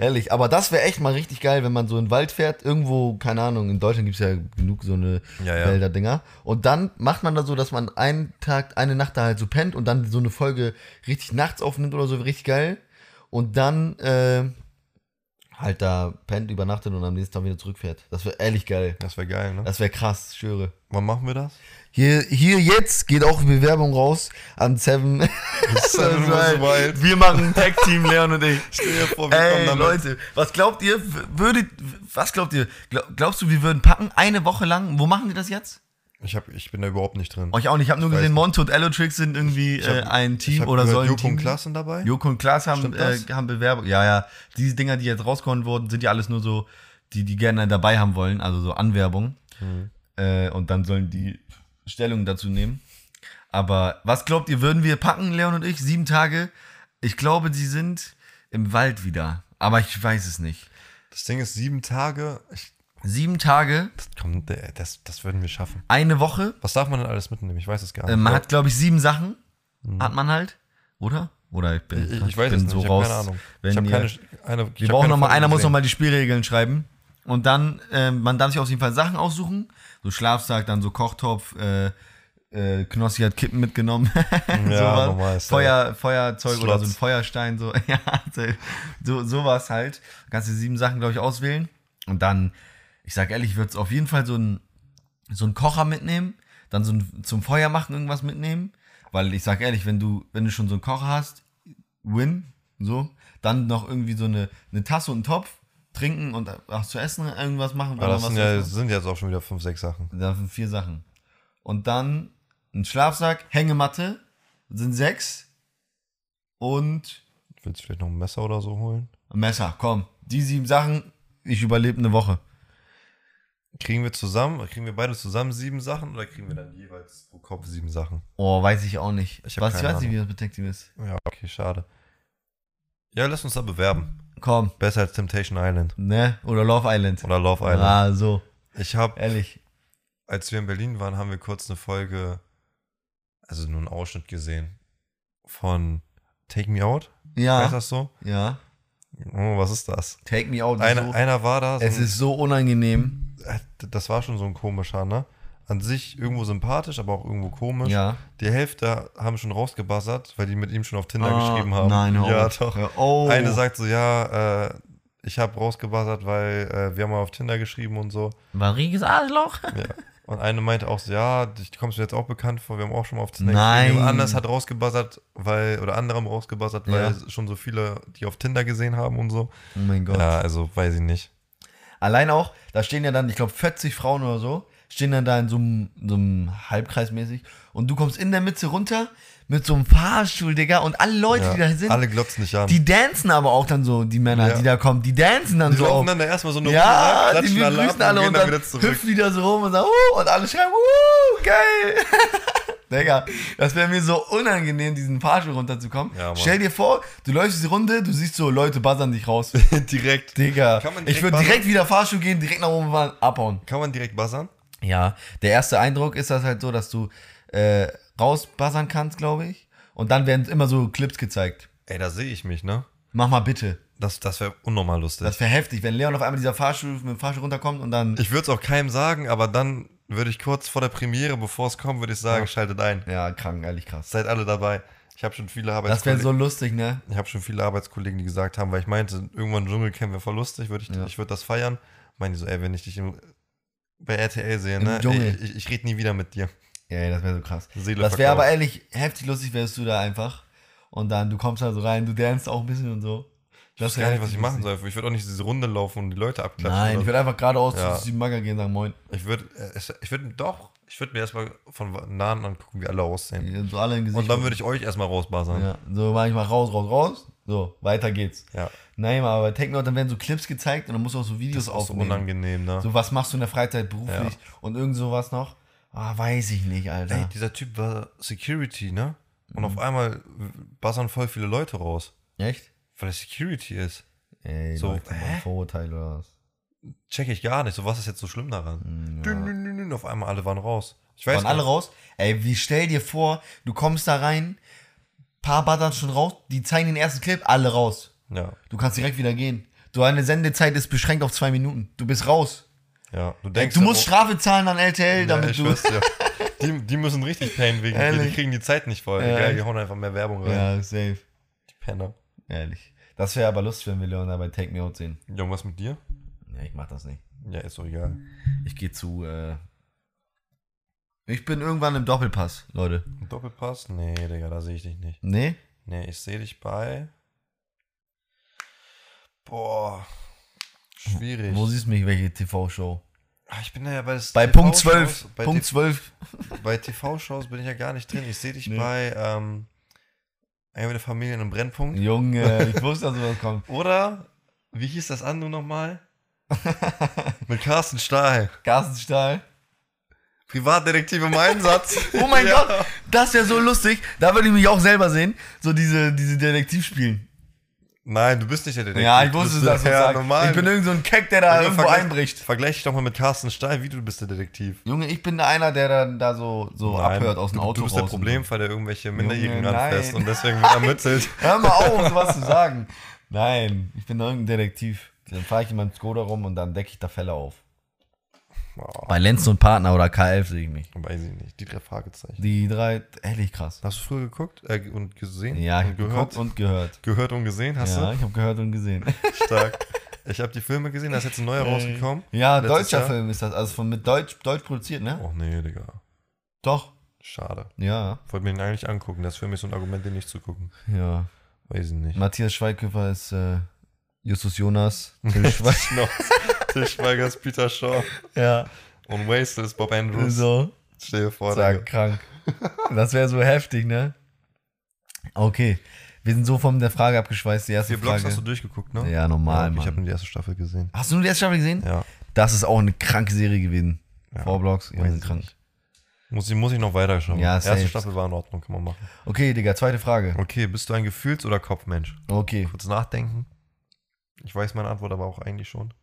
S2: Ehrlich, aber das wäre echt mal richtig geil, wenn man so in den Wald fährt. Irgendwo, keine Ahnung, in Deutschland gibt es ja genug so eine
S1: Ja, ja.
S2: Wälder-Dinger. Und dann macht man da so, dass man einen Tag, eine Nacht da halt so pennt und dann so eine Folge richtig nachts aufnimmt oder so, wär richtig geil. Und dann äh, halt da pennt, übernachtet und am nächsten Tag wieder zurückfährt. Das wäre ehrlich geil.
S1: Das wäre geil, ne?
S2: Das wäre krass, ich schwöre.
S1: Wann machen wir das?
S2: Hier, hier jetzt geht auch Bewerbung raus an Seven. [laughs]
S1: Seven
S2: Das war-
S1: was wild.
S2: Wir machen ein Tag-Team, Leon und ich.
S1: Stell dir vor, wir kommen
S2: Ey,
S1: damit.
S2: Leute, was glaubt ihr, w- würdet, was glaubt ihr, Glaub- glaubst du, wir würden packen, eine Woche lang, wo machen die das jetzt?
S1: Ich, hab, ich bin da überhaupt nicht drin.
S2: Euch auch nicht, ich habe nur
S1: weiß
S2: gesehen,
S1: nicht.
S2: Monte und Elotrix sind irgendwie
S1: hab-
S2: äh, ein
S1: Ich
S2: Team
S1: hab
S2: oder
S1: gehört,
S2: sollen
S1: Joko und
S2: Team.
S1: Klaas sind dabei?
S2: Joko und Klaas haben,
S1: Stimmt
S2: äh,
S1: das?
S2: haben Bewerbung, ja, ja, diese Dinger, die jetzt rausgehauen wurden, sind ja alles nur so, die die gerne dabei haben wollen, also so Anwerbung.
S1: Mhm.
S2: Äh, und dann sollen die Stellung dazu nehmen. Aber was glaubt ihr, würden wir packen, Leon und ich? Sieben Tage? Ich glaube, die sind im Wald wieder. Aber ich weiß es nicht.
S1: Das Ding ist sieben Tage. Ich,
S2: Sieben Tage,
S1: das, komm, der- das, das würden wir schaffen.
S2: eine Woche.
S1: Was darf man denn alles mitnehmen? Ich weiß es gar
S2: Äh,
S1: nicht.
S2: man hat, glaube ich, sieben Sachen. Hat man halt. Oder? Oder ich bin,
S1: Mhm. ich, ich weiß es
S2: bin
S1: nicht.
S2: so
S1: ich habe
S2: raus.
S1: keine Ahnung.
S2: Wenn
S1: ich habe
S2: ihr-
S1: keine. Eine, ich
S2: Wir
S1: hab
S2: brauchen
S1: keine
S2: nochmal,
S1: Folge
S2: einer muss
S1: gesehen.
S2: nochmal die Spielregeln schreiben. Und dann, ähm, man darf sich auf jeden Fall Sachen aussuchen. So Schlafsack, dann so Kochtopf, äh, äh, Knossi hat Kippen mitgenommen. [laughs]
S1: Ja,
S2: sowas.
S1: normal ist ja-
S2: Feuer, Feuerzeug oder so ein
S1: Slots.
S2: Feuerstein, so, [laughs] ja, so, sowas halt. Kannst du sieben Sachen, glaube ich, auswählen. Und dann, ich sag ehrlich, wird's auf jeden Fall so ein, so ein Kocher mitnehmen, dann so ein, zum Feuer machen irgendwas mitnehmen. Weil ich sag ehrlich, wenn du, wenn du schon so einen Kocher hast, win, so, dann noch irgendwie so eine, eine Tasse und einen Topf, trinken und was zu essen, irgendwas machen.
S1: Aber
S2: man
S1: das
S2: was
S1: sind,
S2: zu
S1: ja,
S2: essen
S1: das sind jetzt auch schon wieder fünf, sechs Sachen.
S2: das sind vier Sachen. Und dann ein Schlafsack, Hängematte, sind sechs. Und
S1: Willst du vielleicht noch ein Messer oder so holen?
S2: ein Messer, komm. Die sieben Sachen, ich überlebe eine Woche.
S1: Kriegen wir zusammen, kriegen wir beide zusammen sieben Sachen oder kriegen wir dann jeweils pro Kopf sieben Sachen?
S2: Oh, weiß ich auch nicht.
S1: Ich
S2: Ich
S1: hab
S2: Was, ich
S1: keine
S2: weiß nicht, wie das mit Tag Team ist.
S1: Ja, okay, schade. Ja, lass uns da bewerben.
S2: Komm,
S1: Besser als Temptation Island
S2: ne? Oder Love Island.
S1: oder Love Island.
S2: Ah, so.
S1: Ich habe
S2: Ehrlich.
S1: als wir in Berlin waren, haben wir kurz eine Folge, also nur einen Ausschnitt gesehen von Take Me Out. Heißt
S2: Ja,
S1: das so?
S2: ja.
S1: Oh, was ist das?
S2: Take me out.
S1: Einer,
S2: Also so.
S1: einer war da. so
S2: es
S1: ein-
S2: ist so unangenehm.
S1: das war schon so ein komischer, ne? An sich irgendwo sympathisch, aber auch irgendwo komisch.
S2: Ja.
S1: Die Hälfte haben schon rausgebassert, weil die mit ihm schon auf Tinder
S2: Ah,
S1: geschrieben haben.
S2: Nein, hör
S1: ja,
S2: auf. Oh.
S1: doch.
S2: Hör auf.
S1: Eine sagt so, ja, äh, ich habe rausgebassert, weil äh, wir haben mal auf Tinder geschrieben und so.
S2: War ein riesiges Arschloch.
S1: Und eine meinte auch so, ja, du kommst mir jetzt auch bekannt vor, wir haben auch schon mal auf Tinder
S2: Nein.
S1: geschrieben. Jemand anders hat rausgebassert, weil, oder andere haben rausgebassert, weil
S2: Ja.
S1: es schon so viele, die auf Tinder gesehen haben und so.
S2: Oh mein Gott.
S1: Ja, also weiß ich nicht.
S2: Allein auch, da stehen ja dann, ich glaube, 40 Frauen oder so, stehen dann da in so einem, so einem Halbkreis mäßig und du kommst in der Mitte runter mit so einem Fahrstuhl, Digga, und alle Leute,
S1: Ja,
S2: die da sind,
S1: alle glotzen dich an.
S2: die dancen aber auch dann so, die Männer,
S1: Ja.
S2: die da kommen, die dancen dann
S1: Die
S2: so
S1: laufen
S2: auf.
S1: dann da erstmal so eine Runde ab,
S2: Ja, die
S1: klatschen alle ab
S2: begrüßen ne? alle
S1: gehen
S2: und
S1: dann
S2: dann
S1: wieder zurück.
S2: hüpfen die da so rum und sagen, uh, und alle schreien, uh, geil. [laughs] Digga, das wäre mir so unangenehm, diesen Fahrstuhl runterzukommen.
S1: Ja, Mann.
S2: Stell dir vor, du läufst diese Runde, du siehst so, Leute buzzern dich [laughs] raus.
S1: [laughs] direkt.
S2: Digga,
S1: Kann man direkt
S2: ich würde
S1: buzzern?
S2: direkt wieder Fahrstuhl gehen, direkt nach oben fahren, abhauen.
S1: Kann man direkt buzzern?
S2: Ja, der erste Eindruck ist das halt so, dass du äh, rausbuzzern kannst, glaube ich. Und dann werden immer so Clips gezeigt.
S1: Ey, da sehe ich mich, ne?
S2: Mach mal bitte.
S1: Das, das wäre unnormal lustig.
S2: Das wäre heftig, wenn Leon auf einmal dieser Fahrstuhl mit dem Fahrstuhl runterkommt und dann.
S1: ich würde es auch keinem sagen, aber dann würde ich kurz vor der Premiere, bevor es kommt, würde ich sagen,
S2: Ja.
S1: schaltet ein.
S2: Ja, krank, ehrlich krass.
S1: Seid alle dabei. Ich habe schon viele
S2: Das wäre
S1: Arbeitskollegen.
S2: so lustig, ne?
S1: ich habe schon viele Arbeitskollegen, die gesagt haben, weil ich meinte, irgendwann Dschungelcamp wäre voll lustig, würd ich,
S2: Ja.
S1: ich würde das feiern. Meinen die so, ey, wenn ich dich im, bei RTL sehe,
S2: Im
S1: ne?
S2: Dschungel.
S1: Ich, ich, ich rede nie wieder mit dir.
S2: Ja, ja, das wäre so krass.
S1: Seele
S2: Das wäre
S1: verkauft.
S2: aber ehrlich heftig lustig, wärst du da einfach. Und dann, du kommst da so rein, du dancst auch ein bisschen und so.
S1: Ich weiß gar nicht, was ich machen soll. Ich würde auch nicht diese Runde laufen und die Leute abklatschen.
S2: Nein,
S1: oder
S2: ich würde einfach geradeaus
S1: Ja.
S2: zu diesem Bagger gehen und sagen, moin.
S1: Ich würde, ich würde doch, ich würde mir erstmal von nahen angucken, wie alle aussehen.
S2: So alle im Gesicht.
S1: Und dann würde ich euch erstmal rausbuzzern.
S2: Ja, so mach ich mal raus, raus, raus. So, weiter geht's.
S1: Ja.
S2: Nein, aber Take Me Out, dann werden so Clips gezeigt und dann musst du auch so
S1: Das
S2: Videos
S1: ist auch so
S2: aufnehmen.
S1: unangenehm, ne?
S2: So, was machst du in der Freizeit beruflich und irgend sowas noch? Ah, weiß ich nicht, Alter.
S1: Ey, dieser Typ war Security, ne? Und
S2: Mhm.
S1: auf einmal buzzern voll viele Leute raus,
S2: Echt?
S1: weil er Security ist.
S2: Ey,
S1: So,
S2: Leute, Mann,
S1: hä?
S2: Vorurteile oder was?
S1: Check ich gar nicht. So, was ist jetzt so schlimm daran? Dünn, dünn, dünn, dünn. Auf einmal alle waren raus. Ich weiß
S2: Hm, Waren alle
S1: nicht.
S2: raus? Ey, wie stell dir vor, du kommst da rein, paar Buttern schon raus, die zeigen den ersten Clip, alle raus.
S1: Ja,
S2: Du kannst direkt wieder gehen. Du, deine Sendezeit ist beschränkt auf zwei Minuten. Du bist raus.
S1: ja. Du denkst,
S2: Du musst
S1: oh,
S2: Strafe zahlen an LTL,
S1: ja,
S2: damit
S1: ich
S2: du.
S1: Weiß, ja. die, die müssen richtig payen wegen dir. Die
S2: Ehrlich?
S1: kriegen die Zeit nicht voll.
S2: Ja.
S1: Geil, die hauen einfach mehr Werbung rein.
S2: [laughs] Ja, safe.
S1: Die Penner.
S2: Ehrlich. Das wäre aber lustig, wenn wir Leon dabei Take Me Out sehen.
S1: Junge, was mit dir?
S2: Ja, ich mach das nicht.
S1: Ja, ist doch egal.
S2: Ich gehe zu. Äh ich bin irgendwann im Doppelpass, Leute.
S1: Ein Doppelpass? Nee, Digga, da sehe ich dich nicht.
S2: Nee?
S1: Nee, ich sehe dich bei. Boah. Schwierig.
S2: Wo siehst du mich, welche TV-Show?
S1: Ah, ich bin da ja bei das
S2: Bei
S1: TV
S2: Punkt 12.
S1: Shows- Bei,
S2: Punkt 12.
S1: TV bei TV-Shows bin ich ja gar nicht drin. Ich sehe dich
S2: Nee.
S1: bei ähm, entweder Familien im Brennpunkt.
S2: Junge, ich wusste, dass sowas kommt.
S1: Oder, wie hieß das andere
S2: [laughs]
S1: nochmal? Mit Carsten Stahl.
S2: Carsten Stahl.
S1: Privatdetektiv im Einsatz.
S2: [laughs] Oh mein
S1: Ja.
S2: Gott, das wäre so lustig. Da würde ich mich auch selber sehen. So diese, diese Detektiv spielen.
S1: Nein, du bist nicht der Detektiv.
S2: Ja, ich
S1: Du
S2: wusste,
S1: bist
S2: dass du
S1: der-
S2: sagst.
S1: normal.
S2: Ich bin irgend so ein Keck, der da
S1: Junge,
S2: irgendwo
S1: vergleich-
S2: einbricht.
S1: Vergleich dich doch mal mit Carsten Stahl, wie du bist der Detektiv.
S2: Junge, ich bin einer, der dann da so, so
S1: Nein,
S2: abhört aus dem
S1: du-
S2: Auto
S1: Du bist
S2: raus.
S1: der Problemfall, der irgendwelche Minderjährigen
S2: Junge, nein.
S1: ranfasst und deswegen wird er mützelt.
S2: Hör mal auf, sowas zu sagen. Nein, ich bin irgendein Detektiv. Dann fahre ich in meinem Skoda rum und dann decke ich da Fälle auf.
S1: Boah,
S2: Bei Lenz und Partner oder K11 sehe ich mich.
S1: [laughs] weiß ich nicht. Die drei Fragezeichen.
S2: Die drei, ehrlich krass.
S1: Hast du früher geguckt äh, und gesehen?
S2: Ja, ich
S1: und
S2: habe geguckt
S1: gehört.
S2: und gehört.
S1: gehört und gesehen hast
S2: ja, ich habe gehört und gesehen.
S1: du? Stark. Ich habe die Filme gesehen, da ist jetzt ein neuer rausgekommen.
S2: Ja,
S1: Letztes
S2: deutscher
S1: Jahr. Oh.
S2: Film ist das. Also von, mit Deutsch, Deutsch produziert, ne?
S1: Och nee, Digga.
S2: Doch.
S1: Schade.
S2: Ja,
S1: Wollte mir den eigentlich angucken. Das ist für mich so ein Argument, den nicht zu gucken.
S2: ja.
S1: Weiß ich nicht.
S2: Matthias Schweighöfer ist äh, Justus Jonas.
S1: [laughs]
S2: Till Schweig-
S1: Schnauze. Tischweigers Peter Shaw.
S2: ja,
S1: Und Wastel ist Bob Andrews.
S2: so.
S1: Stell dir vor,
S2: Zack,
S1: Digga.
S2: krank. Das wäre so heftig, ne? Okay. Wir sind so von der Frage abgeschweißt, die erste
S1: Vier Blocks
S2: Frage.
S1: hast du durchgeguckt, ne?
S2: ja, normal,
S1: Ich
S2: Mann.
S1: habe nur die erste Staffel gesehen.
S2: Hast du nur die erste Staffel gesehen?
S1: Ja.
S2: Das ist auch eine kranke Serie gewesen.
S1: Ja.
S2: Four Blocks, ja,
S1: Weiß
S2: sind
S1: ich
S2: krank.
S1: nicht. Muss ich, muss ich noch weiter schauen.
S2: Ja,
S1: Erste
S2: safe.
S1: Staffel war in Ordnung, kann man machen.
S2: Okay, Digga, zweite Frage.
S1: Okay, bist du ein Gefühls- oder Kopfmensch?
S2: Okay,
S1: Kurz nachdenken. Ich weiß meine Antwort aber auch eigentlich schon.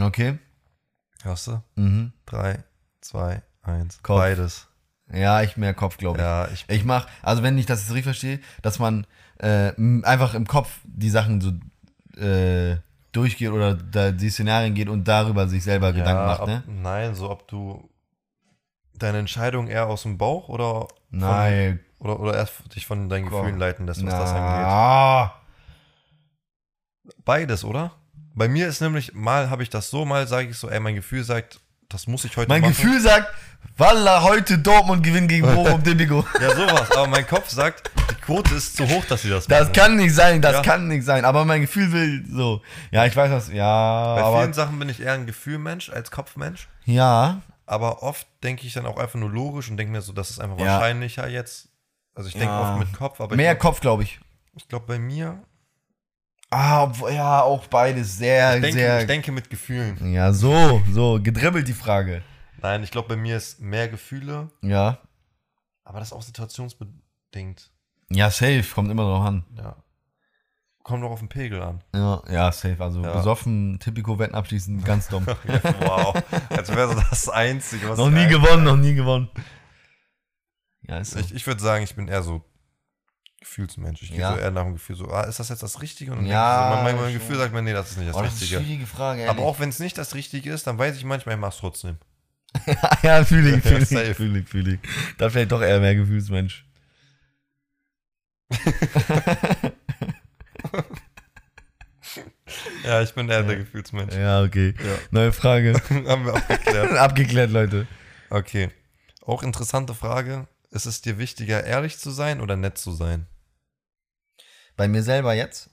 S2: okay.
S1: Hast du?
S2: Mhm.
S1: Drei, zwei, eins.
S2: Kopf.
S1: Beides.
S2: Ja, ich mehr Kopf, glaube ich.
S1: Ja, ich.
S2: Ich mach, also wenn ich das jetzt richtig verstehe, dass man äh, m- einfach im Kopf die Sachen so äh, durchgeht oder da die Szenarien geht und darüber sich selber Gedanken
S1: ja,
S2: macht,
S1: ob,
S2: ne?
S1: Nein, so ob du deine Entscheidung eher aus dem Bauch oder,
S2: Nein.
S1: von, oder, oder erst dich von deinen
S2: Komm.
S1: Gefühlen leiten lässt, was das angeht.
S2: Na.
S1: Beides, oder? Bei mir ist nämlich, mal habe ich das so, mal sage ich so, ey, mein Gefühl sagt, das muss ich heute
S2: Mein
S1: machen.
S2: Gefühl sagt, Walla, heute Dortmund gewinnt gegen
S1: [laughs]
S2: Bochum um Demigo.
S1: Ja, sowas. Aber mein Kopf sagt, die Quote ist zu hoch, dass sie das
S2: Das
S1: machen.
S2: kann nicht sein, das
S1: Ja.
S2: kann nicht sein. Aber mein Gefühl will so. Ja, ich weiß was. Ja,
S1: Bei
S2: aber.
S1: vielen Sachen bin ich eher ein Gefühlmensch als Kopfmensch.
S2: Ja.
S1: Aber oft denke ich dann auch einfach nur logisch und denke mir so, das ist einfach
S2: Ja.
S1: wahrscheinlicher jetzt. Also ich denke
S2: Ja.
S1: oft mit Kopf, aber
S2: Mehr
S1: ich,
S2: Kopf, glaube ich.
S1: ich glaube bei mir,
S2: Ah, obwohl- ja, auch beides sehr,
S1: ich denke,
S2: sehr.
S1: ich denke mit Gefühlen.
S2: ja, so, so, gedribbelt die Frage.
S1: Nein, ich glaube bei mir ist mehr Gefühle,
S2: Ja.
S1: aber das ist auch situationsbedingt.
S2: Ja, safe, kommt immer drauf an.
S1: Ja. Kommt doch auf den Pegel an. [laughs]
S2: Ja, ja safe. Also
S1: Ja.
S2: besoffen, Tipico-Wetten abschließen,
S1: [laughs]
S2: ganz dumm.
S1: wow, als wäre das Einzige, was
S2: noch
S1: ich
S2: nie
S1: eigentlich-
S2: gewonnen, noch nie gewonnen. Ja, ist so.
S1: Ich, ich würde sagen, ich bin eher so Gefühlsmensch. Ich gehe
S2: Ja.
S1: so eher nach dem Gefühl so, ah, ist das jetzt das Richtige? Und dann
S2: Ja,
S1: denke ich so, mein, mein
S2: schon.
S1: Gefühl sagt mir, nee, das ist nicht das
S2: oh, das ist
S1: Richtige.
S2: eine schwierige Frage,
S1: Aber auch wenn es nicht das Richtige ist, dann weiß ich manchmal, ich mach's trotzdem.
S2: [laughs] ja, fühle ich,
S1: Ja,
S2: fühle ich,
S1: safe.
S2: fühle ich, fühle ich. Da vielleicht doch eher mehr Gefühlsmensch.
S1: Ja, ich bin eher der Gefühlsmensch.
S2: Ja, okay. Neue Frage.
S1: [laughs] Haben wir auch geklärt.
S2: [laughs] Abgeklärt, Leute.
S1: Okay. Auch interessante Frage. Ist es dir wichtiger, ehrlich zu sein oder nett zu sein?
S2: Bei mir selber jetzt?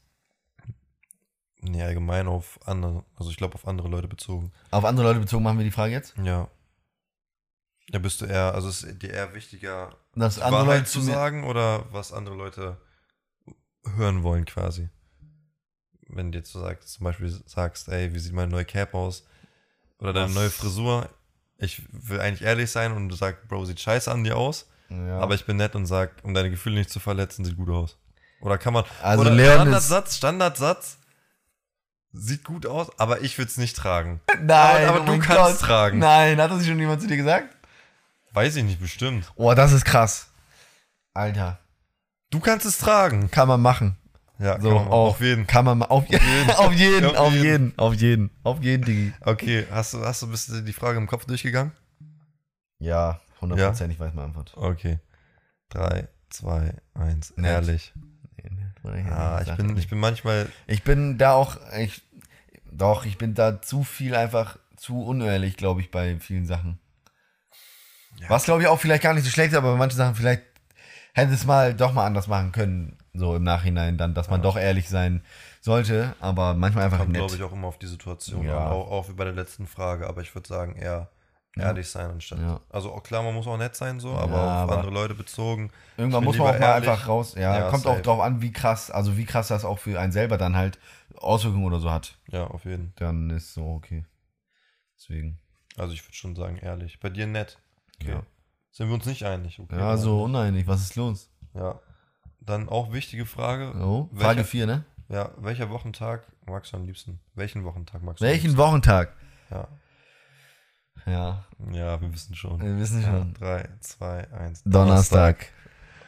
S1: Nee, allgemein auf andere, also ich glaube auf andere Leute bezogen.
S2: Auf andere Leute bezogen machen wir die Frage jetzt?
S1: Ja. Ja, bist du eher, also ist dir eher wichtiger,
S2: Dass andere
S1: Wahrheit
S2: Leute
S1: zu
S2: zu mir-
S1: sagen oder was andere Leute hören wollen quasi. Wenn du jetzt so sagst, zum Beispiel sagst, ey, wie sieht meine neue Cap aus? Oder deine
S2: Was?
S1: neue Frisur. Ich will eigentlich ehrlich sein und du sagst, Bro, sieht scheiße an dir aus,
S2: Ja.
S1: aber ich bin nett und sag, um deine Gefühle nicht zu verletzen, sieht gut aus. Oder kann man.
S2: Also
S1: oder
S2: Leon
S1: Standardsatz, Standardsatz. Sieht gut aus, aber ich würde es nicht tragen.
S2: [laughs] Nein,
S1: aber
S2: oh
S1: du
S2: mein
S1: kannst tragen.
S2: Nein, hat das schon jemand zu dir gesagt?
S1: Weiß ich nicht, bestimmt.
S2: Oh, das ist krass. Alter,
S1: Du kannst es tragen.
S2: kann man machen.
S1: Ja,
S2: So,
S1: kann man,
S2: auf,
S1: auf jeden.
S2: Kann man ma- auf, jeden, [laughs] auf jeden, auf jeden, auf jeden, auf jeden, Digi.
S1: Okay, hast du, hast du bist du die Frage im Kopf durchgegangen?
S2: Ja,
S1: 100%
S2: ich weiß meine Antwort.
S1: Okay. Drei, zwei, eins.
S2: Nett.
S1: Ehrlich. Ja, ich bin, ich bin manchmal.
S2: Ah, ich bin da auch, ich, doch, ich bin da zu viel einfach, zu unehrlich, glaube ich, bei vielen Sachen.
S1: Ja.
S2: Was, glaube ich, auch vielleicht gar nicht so schlecht ist, aber bei manchen Sachen vielleicht hätte es mal doch mal anders machen können, so im Nachhinein dann, dass man doch ehrlich sein sollte, aber manchmal einfach
S1: Kommt,
S2: nett.
S1: glaube ich, auch immer auf die Situation
S2: Ja.
S1: an. Auch, auch wie bei der letzten Frage. Aber ich würde sagen, eher
S2: Ja.
S1: ehrlich sein anstatt.
S2: Ja.
S1: Also auch klar, man muss auch nett sein, so, aber
S2: Ja,
S1: auf
S2: aber-
S1: andere Leute bezogen. Ich
S2: Irgendwann
S1: bin
S2: muss man auch
S1: lieber
S2: mal
S1: ehrlich.
S2: einfach raus. Ja,
S1: Ja,
S2: kommt auch
S1: safe.
S2: drauf an, wie krass, also wie krass das auch für einen selber dann halt Auswirkungen oder so hat.
S1: Ja, auf jeden
S2: Dann ist so okay. Deswegen.
S1: Also ich würde schon sagen, ehrlich. Bei dir nett. Okay.
S2: Ja.
S1: Sind wir uns nicht einig? Okay,
S2: Ja, so uneinig. Was ist los?
S1: Ja. Dann auch wichtige Frage.
S2: So,
S1: Welcher-
S2: Frage 4, ne?
S1: Ja, welcher Wochentag magst du am liebsten? Welchen Wochentag magst du? am
S2: Welchen Wochentag?
S1: liebsten?
S2: Ja,
S1: Ja. ja, wir wissen schon.
S2: wir wissen
S1: Ja,
S2: schon.
S1: 3, 2, 1.
S2: Donnerstag.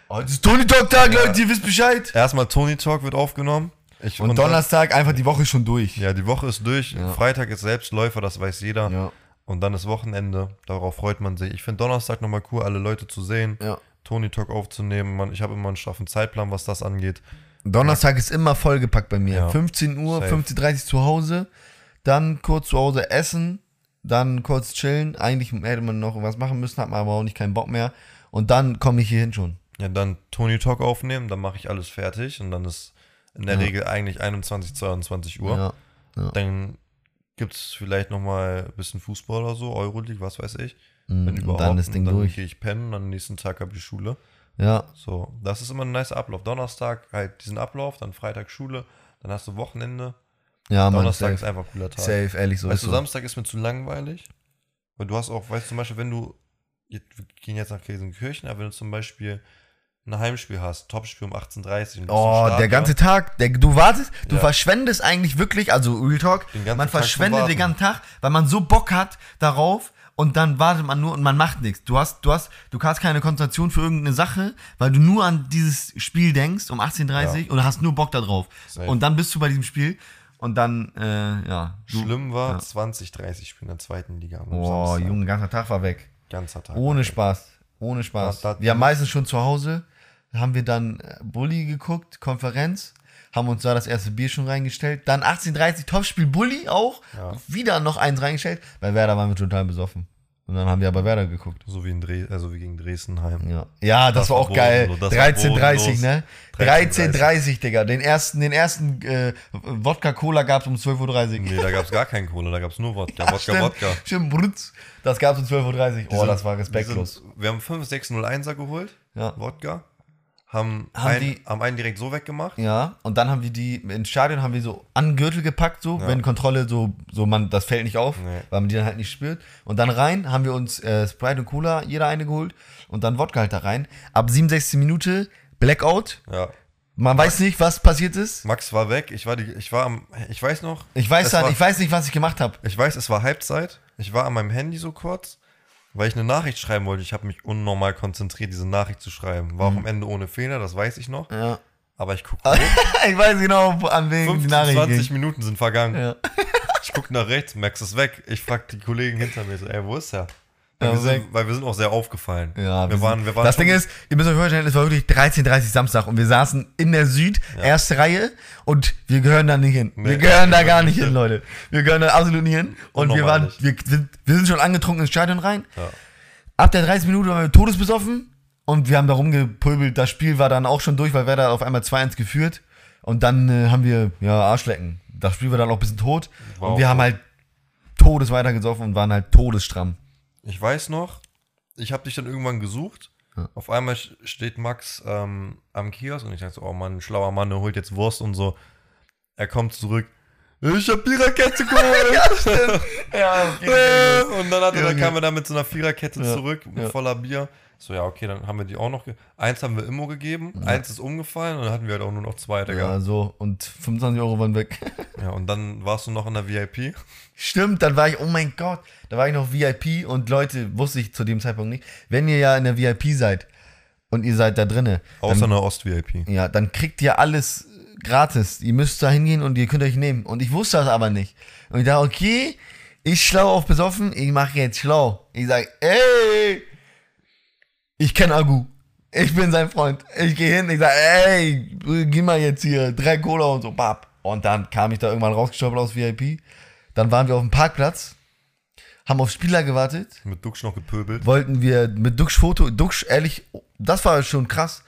S2: Heute ist Tony Talk Tag,
S1: Ja.
S2: Leute, ihr wisst Bescheid.
S1: Erstmal Tony Talk wird aufgenommen. Ich,
S2: Und,
S1: und dann-
S2: Donnerstag einfach die Woche schon durch.
S1: Ja, die Woche ist durch.
S2: Ja.
S1: Freitag ist Selbstläufer, das weiß jeder.
S2: Ja.
S1: Und dann ist Wochenende. Darauf freut man sich. Ich finde Donnerstag nochmal cool, alle Leute zu sehen,
S2: ja.
S1: Tony Talk aufzunehmen. Man, ich habe immer einen straffen Zeitplan, was das angeht.
S2: Donnerstag ist immer vollgepackt bei mir.
S1: Ja.
S2: 15 Uhr,
S1: Safe.
S2: 15.30 Uhr zu Hause, dann kurz zu Hause essen, dann kurz chillen. Eigentlich hätte man noch was machen müssen, hat man aber auch nicht keinen Bock mehr. Und dann komme ich hier hin schon.
S1: Ja, dann Tony Talk aufnehmen, dann mache ich alles fertig. Und dann ist in der
S2: Ja.
S1: Regel eigentlich 21, 22 Uhr.
S2: Ja.
S1: Dann gibt es vielleicht nochmal ein bisschen Fußball oder so, Euroleague, was weiß ich.
S2: Mm,
S1: Wenn
S2: Und dann das
S1: Und
S2: Ding
S1: dann
S2: durch.
S1: gehe ich pennen, dann am nächsten Tag habe ich Schule.
S2: Ja.
S1: So, das ist immer ein nicer Ablauf. Donnerstag halt diesen Ablauf, dann Freitag Schule, dann hast du Wochenende.
S2: Ja, Ah, Mann,
S1: Donnerstag
S2: safe.
S1: ist einfach ein cooler Tag.
S2: Safe, ehrlich so.
S1: Weißt
S2: Ist
S1: du,
S2: so.
S1: Samstag ist mir zu langweilig. Weil du hast auch, weißt du, zum Beispiel, wenn du, jetzt- wir gehen jetzt nach Gelsenkirchen, aber wenn du zum Beispiel ein Heimspiel hast, Topspiel um 18.30 Uhr. und du bist im
S2: Oh, der
S1: Stadion,
S2: ganze Tag, der, du wartest, du
S1: Ja.
S2: verschwendest eigentlich wirklich, also Real Talk,
S1: Den ganzen
S2: man
S1: Tag zu
S2: verschwendet den
S1: warten.
S2: ganzen Tag, weil man so Bock hat darauf und dann wartet man nur und man macht nichts. Du hast, du hast, du hast keine Konzentration für irgendeine Sache, weil du nur an dieses Spiel denkst um 18.30 und hast nur Bock darauf.
S1: Safe.
S2: Und dann bist du bei diesem Spiel und dann, äh, ja. Du,
S1: Schlimm war 20, 30 Spiele in der zweiten Liga am
S2: boah,
S1: Samstag.
S2: Junge, ganzer Tag war weg.
S1: Ganzer Tag.
S2: Ohne Spaß. Ohne
S1: Das-
S2: Spaß.
S1: das-
S2: wir haben meistens schon zu Hause, haben wir dann äh, Bulli geguckt, Konferenz, haben uns da das erste Bier schon reingestellt. Dann 18.30 Topspiel Bulli auch, wieder noch eins reingestellt. Bei Werder waren wir total besoffen. Und dann haben wir aber Werder geguckt.
S1: So wie, in Dres also wie gegen Dresden heim.
S2: Ja, ja das,
S1: Das
S2: war
S1: war
S2: auch geil.
S1: bodenlos, das war
S2: 13.30, ne?
S1: 13.30.
S2: 13.30, Digga. Den ersten, den ersten äh, Wodka-Cola gab es um 12.30 Uhr.
S1: Nee, da gab es gar keinen Kohle, da gab es nur Wodka. Wodka,
S2: stimmt,
S1: Wodka.
S2: Stimmt, brutz. Das gab es um 12.30 Uhr. Oh, das war
S1: Wir,
S2: respektlos.
S1: sind, wir haben 5 6 0 1er geholt,
S2: Ja.
S1: Wodka. Haben,
S2: Haben
S1: einen,
S2: die-
S1: haben einen direkt so weggemacht.
S2: Ja, und dann haben wir die, ins Stadion haben wir so an den Gürtel gepackt, so, wenn Kontrolle, so, so man, das fällt nicht auf,
S1: Nee.
S2: weil man die dann halt nicht spürt. Und dann rein haben wir uns äh, Sprite und Cola, jeder eine geholt und dann Wodka halt da rein. Ab 67. Minute, Blackout,
S1: Ja.
S2: man weiß nicht, was passiert ist.
S1: Max war weg, ich war die, ich war am, ich weiß noch.
S2: Ich weiß,
S1: es
S2: dann,
S1: war,
S2: ich weiß nicht, was ich gemacht habe.
S1: Ich weiß, es war Halbzeit. Ich war an meinem Handy so kurz, weil ich eine Nachricht schreiben wollte. Ich habe mich unnormal konzentriert, diese Nachricht zu schreiben. War auch am Ende ohne Fehler, das weiß ich noch.
S2: Mhm. Ja.
S1: Aber ich gucke.
S2: [laughs] ich weiß genau, wo- an wen die
S1: 15,
S2: Nachricht
S1: 20
S2: ging.
S1: Minuten sind vergangen.
S2: Ja.
S1: Ich gucke nach rechts, Max ist weg. Ich frag die Kollegen hinter mir so, ey, wo ist er? Weil,
S2: Ja,
S1: wir
S2: weg.
S1: sind, weil wir sind auch sehr aufgefallen.
S2: Ja,
S1: wir,
S2: sind-
S1: waren, wir waren.
S2: das
S1: schon-
S2: Ding ist, ihr müsst euch vorstellen, es war wirklich 13.30 Samstag und wir saßen in der Süd, erste Reihe und wir gehören da nicht hin. wir
S1: Nee,
S2: gehören da
S1: wir
S2: gar
S1: gehören
S2: nicht
S1: nicht hin.
S2: hin, Leute. Wir gehören da absolut nicht hin und wir
S1: Unnormal
S2: waren,
S1: nicht.
S2: wir, wir, wir sind schon angetrunken ins Stadion rein.
S1: Ja.
S2: Ab der 30 Minute waren wir todesbesoffen und wir haben da rumgepöbelt. Das Spiel war dann auch schon durch, weil Werder auf einmal 2-1 geführt und dann äh, haben wir, ja, Arschlecken. Das Spiel war dann auch ein bisschen tot
S1: War
S2: und wir
S1: auch
S2: haben
S1: tot.
S2: halt todes weitergesoffen und waren halt todesstramm.
S1: Ich weiß noch, ich habe dich dann irgendwann gesucht. Auf einmal sch- steht Max ähm, am Kiosk und ich dachte so, oh Mann, schlauer Mann, der holt jetzt Wurst und so. Er kommt zurück. Ich hab die Rakete [laughs] geholt.
S2: Ja,
S1: und dann, hat er, dann
S2: Junge.
S1: kam er da mit so einer Viererkette
S2: Ja,
S1: zurück,
S2: ja.
S1: voller Bier. So, ja, okay, dann haben wir die auch noch. Ge eins haben wir Immo gegeben, eins ist umgefallen und dann hatten wir halt auch nur noch zwei, Digga.
S2: Ja, so. Und 25 Euro waren weg. [laughs]
S1: Ja, und dann warst du noch in der VIP.
S2: Stimmt, dann war ich, oh mein Gott, da war ich noch VIP und Leute, wusste ich zu dem Zeitpunkt nicht, wenn ihr ja in der VIP seid und ihr seid da drinne,
S1: Außer
S2: dann,
S1: einer Ost-VIP.
S2: ja, dann kriegt ihr alles gratis. Ihr müsst da hingehen und ihr könnt euch nehmen. Und ich wusste das aber nicht. Und ich dachte, okay, ich schlau auf besoffen, ich mache jetzt schlau. Ich sag, ey, ich kenne Agu. Ich bin sein Freund. Ich gehe hin, ich sage, ey, geh mal jetzt hier, drei Cola und so, bap. Und dann kam ich da irgendwann rausgestorben aus VIP. Dann waren wir auf dem Parkplatz, haben auf Spieler gewartet,
S1: Mit Duxch noch gepöbelt.
S2: wollten wir mit Duxch Foto, Duxch, ehrlich, das war schon krass.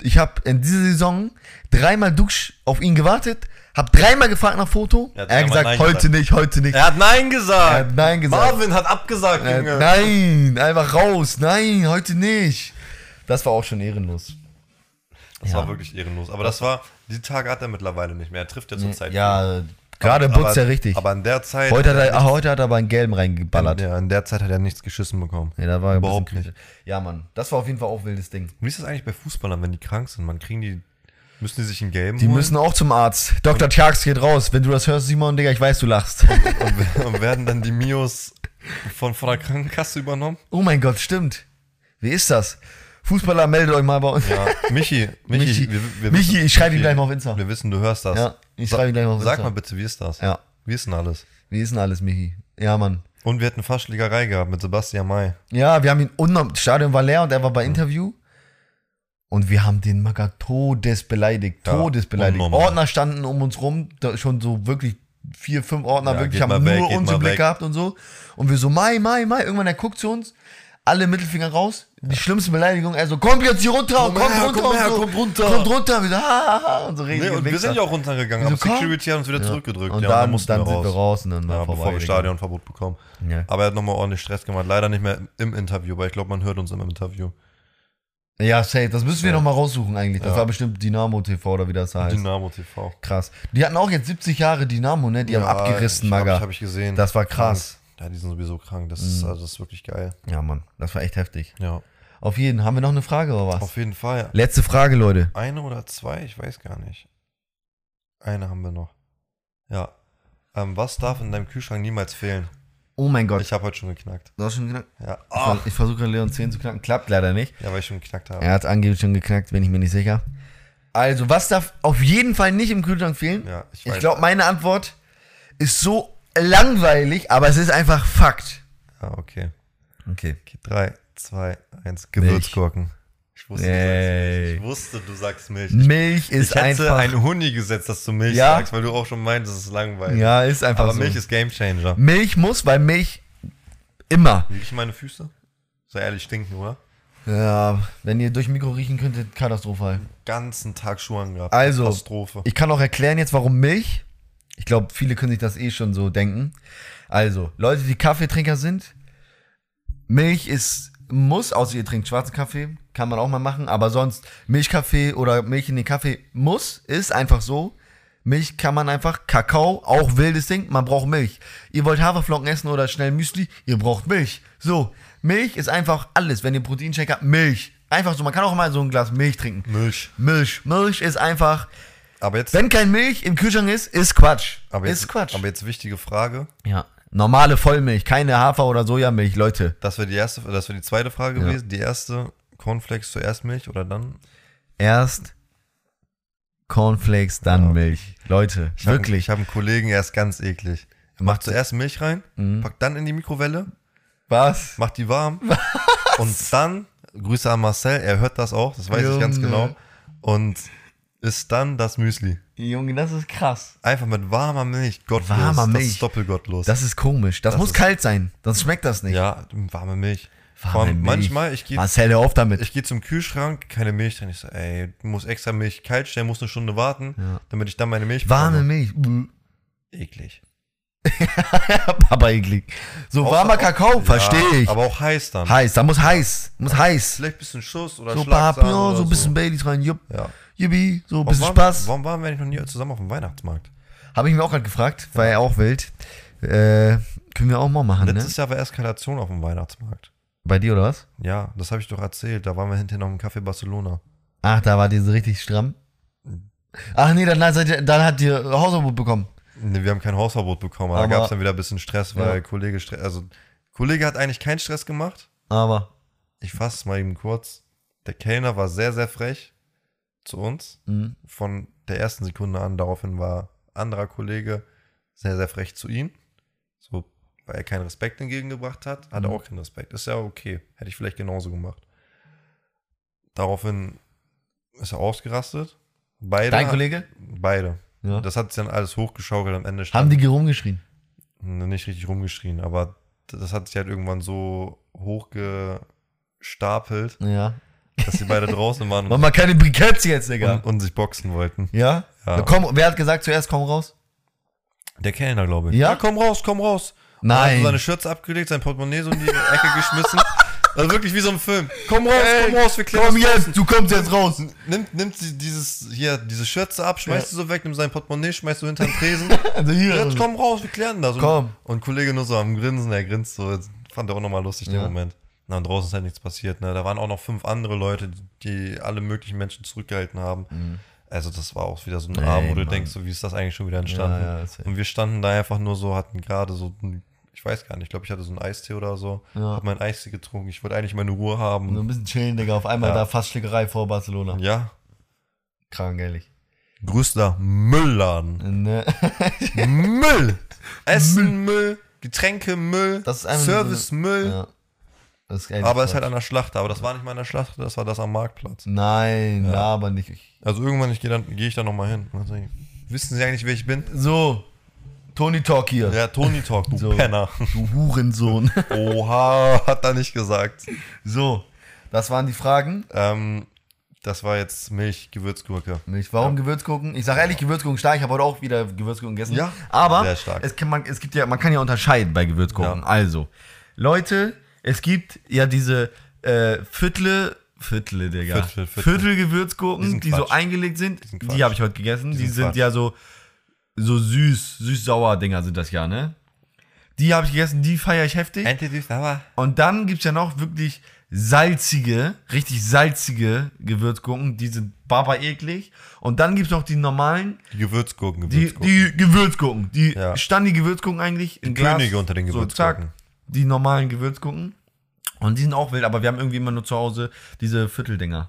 S2: Ich habe in dieser Saison dreimal Duxch auf ihn gewartet, habe dreimal gefragt nach Foto.
S1: Er hat
S2: Er hat
S1: dreimal
S2: gesagt,
S1: Nein
S2: heute
S1: gesagt.
S2: nicht, heute nicht.
S1: Er hat Nein gesagt.
S2: Er hat Nein gesagt.
S1: Marvin hat abgesagt,
S2: Äh,
S1: Junge.
S2: nein, einfach raus, nein, heute nicht. Das war auch schon ehrenlos.
S1: Das war wirklich ehrenlos. Aber das war, die Tage hat er mittlerweile nicht mehr. Er trifft ja zurzeit. viel.
S2: Ja, gerade
S1: Aber-
S2: butzt er richtig.
S1: Aber in der Zeit.
S2: heute, hat er,
S1: nichts-
S2: heute hat er aber einen gelben reingeballert.
S1: Ja, in der Zeit hat er nichts geschissen bekommen.
S2: Ja, da war ein
S1: Überhaupt
S2: bisschen kritisch. Ja, Mann, das war auf jeden Fall auch wildes Ding.
S1: Wie ist das eigentlich bei Fußballern, wenn die krank sind? Man kriegen die. Müssen die sich einen gelben
S2: Die
S1: holen?
S2: müssen auch zum Arzt. Dr. Tjarks geht raus. Wenn du das hörst, Simon, Digga, ich weiß,
S1: [laughs]
S2: du lachst.
S1: [laughs] und, und werden dann die Mios von, von der Krankenkasse übernommen?
S2: Oh mein Gott, stimmt. Wie ist das? Fußballer, meldet euch mal bei uns.
S1: Ja. Michi, Michi,
S2: Michi, Michi, ich schreibe ihm gleich mal auf Insta.
S1: Wir wissen, du hörst das.
S2: Ja, ich schreibe ihm gleich mal auf
S1: Sag
S2: Insta.
S1: mal bitte, wie ist das?
S2: Ja.
S1: Wie ist denn alles?
S2: Wie ist denn alles, Michi? Ja, Mann.
S1: Und wir hatten fast Schlägerei gehabt mit Sebastian May.
S2: Ja, wir haben ihn unnorm. Das Stadion war leer und er war bei Interview. Und wir haben den Macker todesbeleidigt.
S1: Ja,
S2: Todesbeleidigt.
S1: unnormal.
S2: Ordner standen um uns rum, da schon so wirklich vier, fünf Ordner
S1: Ja,
S2: wirklich
S1: geht
S2: haben
S1: mal weg,
S2: nur
S1: geht
S2: uns im
S1: mal
S2: Blick
S1: weg.
S2: gehabt und so. Und wir so, Mai, Mai, Mai. Irgendwann, er guckt zu uns, alle Mittelfinger raus, die schlimmsten Beleidigungen. Er so, kommt jetzt hier runter, kommt
S1: Komm her,
S2: runter,
S1: komm
S2: und
S1: her,
S2: so,
S1: kommt runter.
S2: Kommt runter, wieder, ha, ha, ha. Und so
S1: Nee,
S2: reden
S1: und wir sind ja auch runtergegangen,
S2: Wieso,
S1: aber
S2: komm?
S1: Security hat uns wieder zurückgedrückt.
S2: Und
S1: ja,
S2: dann,
S1: mussten
S2: dann
S1: wir
S2: sind wir raus und dann war
S1: Ja,
S2: vorbei.
S1: bevor wir
S2: Digga.
S1: Stadionverbot bekommen.
S2: Ja.
S1: Aber er hat nochmal ordentlich Stress gemacht. Leider nicht mehr im Interview, weil ich glaube, man hört uns im Interview.
S2: Ja, safe. Das müssen wir noch mal raussuchen eigentlich. Das
S1: Ja.
S2: war bestimmt Dynamo TV oder wie das heißt.
S1: Dynamo TV.
S2: Krass. Die hatten auch jetzt 70 Jahre Dynamo, ne? Die haben abgerissen, Maga.
S1: Hab, ich- hab ich gesehen.
S2: Das war krass. Mhm.
S1: Krank. Ja, die sind sowieso krank. Das, ist, also, das ist wirklich geil.
S2: Ja, Mann. Das war echt heftig.
S1: Ja.
S2: Auf jeden. Haben wir noch eine Frage oder was?
S1: Auf jeden Fall.
S2: Letzte Frage, Leute.
S1: Eine oder zwei, ich weiß gar nicht. Eine haben wir noch. Ja. Ähm, was darf in deinem Kühlschrank niemals fehlen?
S2: Oh mein Gott.
S1: Ich habe heute schon geknackt.
S2: du hast schon geknackt?
S1: Ja.
S2: Ich
S1: Ah.
S2: ver- Ich versuche Leon 10 zu knacken. Klappt leider nicht.
S1: Ja, weil ich schon geknackt habe.
S2: Er hat angeblich schon geknackt, bin ich mir nicht sicher. Also, was darf auf jeden Fall nicht im Kühlschrank fehlen?
S1: Ja, ich
S2: ich
S1: weiß.
S2: glaube, meine Antwort ist so langweilig, aber es ist einfach Fakt.
S1: Ah, okay.
S2: Okay.
S1: okay. Drei, zwei, eins. Gewürzgurken. Ich wusste,
S2: Ey.
S1: du sagst Milch. Ich wusste, du sagst Milch.
S2: Milch
S1: ich
S2: ist
S1: hätte
S2: einfach.
S1: einen Huni gesetzt, dass du Milch
S2: Ja.
S1: sagst, weil du auch schon meintest, es ist langweilig.
S2: ja, ist einfach
S1: Aber
S2: so.
S1: Milch ist Gamechanger.
S2: Milch muss, weil Milch immer.
S1: Riechen meine Füße? So ehrlich stinken, oder?
S2: Ja, wenn ihr durch Mikro riechen könntet, katastrophal.
S1: Ganzen Tag Schuhe angehabt.
S2: Also,
S1: Katastrophe.
S2: Ich kann auch erklären jetzt, warum Milch. Ich glaube, viele können sich das eh schon so denken. Also, Leute, die Kaffeetrinker sind, Milch ist muss, außer ihr trinkt schwarzen Kaffee, kann man auch mal machen, aber sonst Milchkaffee oder Milch in den Kaffee muss, ist einfach so. Milch kann man einfach, Kakao, auch wildes Ding, man braucht Milch. Ihr wollt Haferflocken essen oder schnell Müsli, ihr braucht Milch. So, Milch ist einfach alles. Wenn ihr Proteinshake habt, Milch. Einfach so, man kann auch mal so ein Glas Milch trinken.
S1: Milch.
S2: Milch, Milch ist einfach,
S1: Aber jetzt,
S2: wenn kein Milch im Kühlschrank ist, ist Quatsch.
S1: aber jetzt,
S2: ist Quatsch.
S1: Aber jetzt wichtige Frage,
S2: ja. Normale Vollmilch, keine Hafer- oder Sojamilch, Leute.
S1: das wäre die erste, das wäre die zweite Frage
S2: Ja.
S1: gewesen. Die erste, Cornflakes zuerst Milch oder dann?
S2: Erst Cornflakes, dann
S1: Ja.
S2: Milch. Leute,
S1: Ich hab-
S2: wirklich.
S1: ich habe einen Kollegen, er ist ganz eklig. Er macht zuerst Milch rein,
S2: Mhm.
S1: packt dann in die Mikrowelle,
S2: Was?
S1: macht die warm. Und dann, Grüße an Marcel, er hört das auch, das weiß ich ganz
S2: Junge.
S1: genau. Und isst dann das Müsli.
S2: Junge, das ist krass.
S1: Einfach mit warmer Milch, gottlos.
S2: Warmer
S1: das
S2: Milch.
S1: ist doppelgottlos.
S2: Das ist komisch. Das, muss
S1: ist-
S2: kalt sein, sonst schmeckt das nicht.
S1: ja, warme Milch.
S2: Warme
S1: Vor allem
S2: Milch.
S1: Manchmal, ich gehe
S2: Marcel, hör auf damit.
S1: ich gehe zum Kühlschrank, keine Milch drin. Ich so, ey, du musst extra Milch kalt stellen, musst eine Stunde warten, damit ich dann meine Milch
S2: Warme
S1: bekomme.
S2: Milch. [laughs] Buh.
S1: Eklig.
S2: Papa eklig. So
S1: Außer-
S2: warmer Kakao, verstehe ich.
S1: Aber auch heiß dann.
S2: Heiß, da muss heiß. Muss heiß.
S1: Vielleicht ein bisschen Schuss oder
S2: So,
S1: Schlagsahne
S2: Papier,
S1: oder
S2: so ein bisschen Baileys rein. Jupp.
S1: Ja.
S2: Jubi, so ein
S1: Warum
S2: bisschen
S1: waren-
S2: Spaß.
S1: Warum waren wir eigentlich noch nie zusammen auf dem Weihnachtsmarkt?
S2: Habe ich mir auch gerade gefragt, war ja auch wild. Äh, können wir auch mal machen, ne?
S1: Letztes Jahr war Eskalation auf dem Weihnachtsmarkt.
S2: Bei dir oder was?
S1: Ja, das habe ich doch erzählt. Da waren wir hinterher noch im Café Barcelona.
S2: Ach, da war die so richtig stramm. Ach nee, dann, seid ihr, dann hat ihr Hausverbot bekommen.
S1: Nee, Ne, wir haben kein Hausverbot bekommen, aber,
S2: Aber-
S1: da gab es dann wieder ein bisschen Stress, weil
S2: Ja.
S1: Kollege Stress, also Kollege hat eigentlich keinen Stress gemacht.
S2: Aber,
S1: Ich fasse es mal eben kurz. Der Kellner war sehr, sehr frech zu uns.
S2: mh,
S1: Von der ersten Sekunde an, daraufhin war ein anderer Kollege sehr, sehr frech zu ihm. So, weil er keinen Respekt entgegengebracht hat, hat er
S2: Mhm.
S1: auch keinen Respekt. Ist ja okay. Hätte ich vielleicht genauso gemacht. Daraufhin ist er ausgerastet. Beide.
S2: dein Kollege?
S1: Beide.
S2: Ja.
S1: Das hat sich dann alles hochgeschaukelt am Ende.
S2: Haben die rumgeschrien?
S1: nicht richtig rumgeschrien, aber das hat sich halt irgendwann so hochgestapelt,
S2: Ja.
S1: dass sie beide [laughs] draußen waren
S2: Mach mal keine Briketts jetzt, Digga.
S1: und, und sich boxen wollten.
S2: ja?
S1: Ja.
S2: Na, Komm, wer hat gesagt zuerst, komm raus?
S1: Der Kellner, glaube ich.
S2: Ja?
S1: komm raus, komm raus. Und dann Hat
S2: Nein.
S1: so seine Schürze abgelegt, sein Portemonnaie so in die Ecke
S2: [laughs]
S1: geschmissen. Also wirklich wie so ein Film. Komm raus, komm raus, wir klären
S2: Komm
S1: das
S2: jetzt, du kommst jetzt raus.
S1: Nimmt, nimmt sie dieses, hier, diese Schürze ab, schmeißt
S2: Ja.
S1: sie so weg, nimmt sein Portemonnaie, schmeißt so hinter den
S2: [laughs]
S1: Tresen.
S2: Also hier.
S1: jetzt komm raus, wir klären das. Und,
S2: Komm.
S1: Und Kollege nur so am Grinsen, er grinst so. Das Fand er auch nochmal lustig, den
S2: Ja.
S1: Moment. Na, und draußen ist halt nichts passiert, ne? Da waren auch noch fünf andere Leute, die, die alle möglichen Menschen zurückgehalten haben. Also, das war auch wieder so ein
S2: Mhm. Ey,
S1: Abend, wo du
S2: Mann.
S1: denkst, so, wie ist das eigentlich schon wieder entstanden?
S2: Ja, ja, safe.
S1: und wir standen da einfach nur so, hatten gerade so, ein- ich weiß gar nicht, ich glaube, ich hatte so einen Eistee oder so.
S2: Ja.
S1: Hab meinen Eistee getrunken, ich wollte eigentlich meine Ruhe
S2: So
S1: haben.
S2: ein bisschen chillen, Digga. Auf einmal
S1: Ja.
S2: da fast Schlägerei vor Barcelona.
S1: Ja.
S2: Krank, ehrlich.
S1: Grüß da
S2: [laughs]
S1: Müllladen. [laughs]
S2: Ne?
S1: Müll! Essen, Müll, Getränke, Müll,
S2: Das ist einfach so-
S1: Service, Müll.
S2: ja. Das ist echt
S1: Aber es ist
S2: Quatsch.
S1: halt an der Schlacht, aber das war nicht mal an der Schlacht, das war das am Marktplatz.
S2: Nein, aber nicht. Ich-
S1: Also irgendwann ich gehe dann gehe ich da noch mal hin. Und dann sag ich, Wissen Sie eigentlich, wer ich bin?
S2: So, Tony Talk hier.
S1: Ja, Tony Talk, du
S2: [laughs] So.
S1: Penner.
S2: Du
S1: [laughs]
S2: Hurensohn.
S1: Oha, hat er nicht gesagt.
S2: so, das waren die Fragen.
S1: Ähm, das war jetzt Milch, Gewürzgurke.
S2: Milch, warum Gewürzgurken? Ich sag ehrlich, Gewürzgurken stark. Ich habe heute auch wieder Gewürzgurken gegessen.
S1: Ja,
S2: aber
S1: sehr stark.
S2: Es, kann, man, es gibt ja, man kann ja unterscheiden bei Gewürzgurken.
S1: Ja.
S2: Also, Leute, es gibt ja diese äh, Viertle, Viertle, Digga.
S1: Viertel,
S2: Viertel,
S1: Viertel.
S2: Gewürzgurken,
S1: Diesen
S2: die so
S1: Quatsch.
S2: eingelegt sind.
S1: Diesen Quatsch.
S2: Die habe ich heute gegessen. die
S1: Diesen
S2: sind
S1: Quatsch.
S2: ja so, so süß, süß-sauer Dinger sind das ja, ne? Die habe ich gegessen, die feiere ich heftig.
S1: Entity Sauer.
S2: Und dann gibt es ja noch wirklich salzige, richtig salzige Gewürzgurken. Die sind barbar eklig. Und dann gibt's noch die normalen,
S1: Die Gewürzgurken,
S2: die,
S1: Gewürzgurken.
S2: die Gewürzgurken. Die
S1: Ja.
S2: standen die Gewürzgurken eigentlich in Glas.
S1: Könige unter den
S2: So,
S1: Gewürzgurken.
S2: zack, die normalen Gewürzgurken. Und die sind auch wild, aber wir haben irgendwie immer nur zu Hause diese Vierteldinger.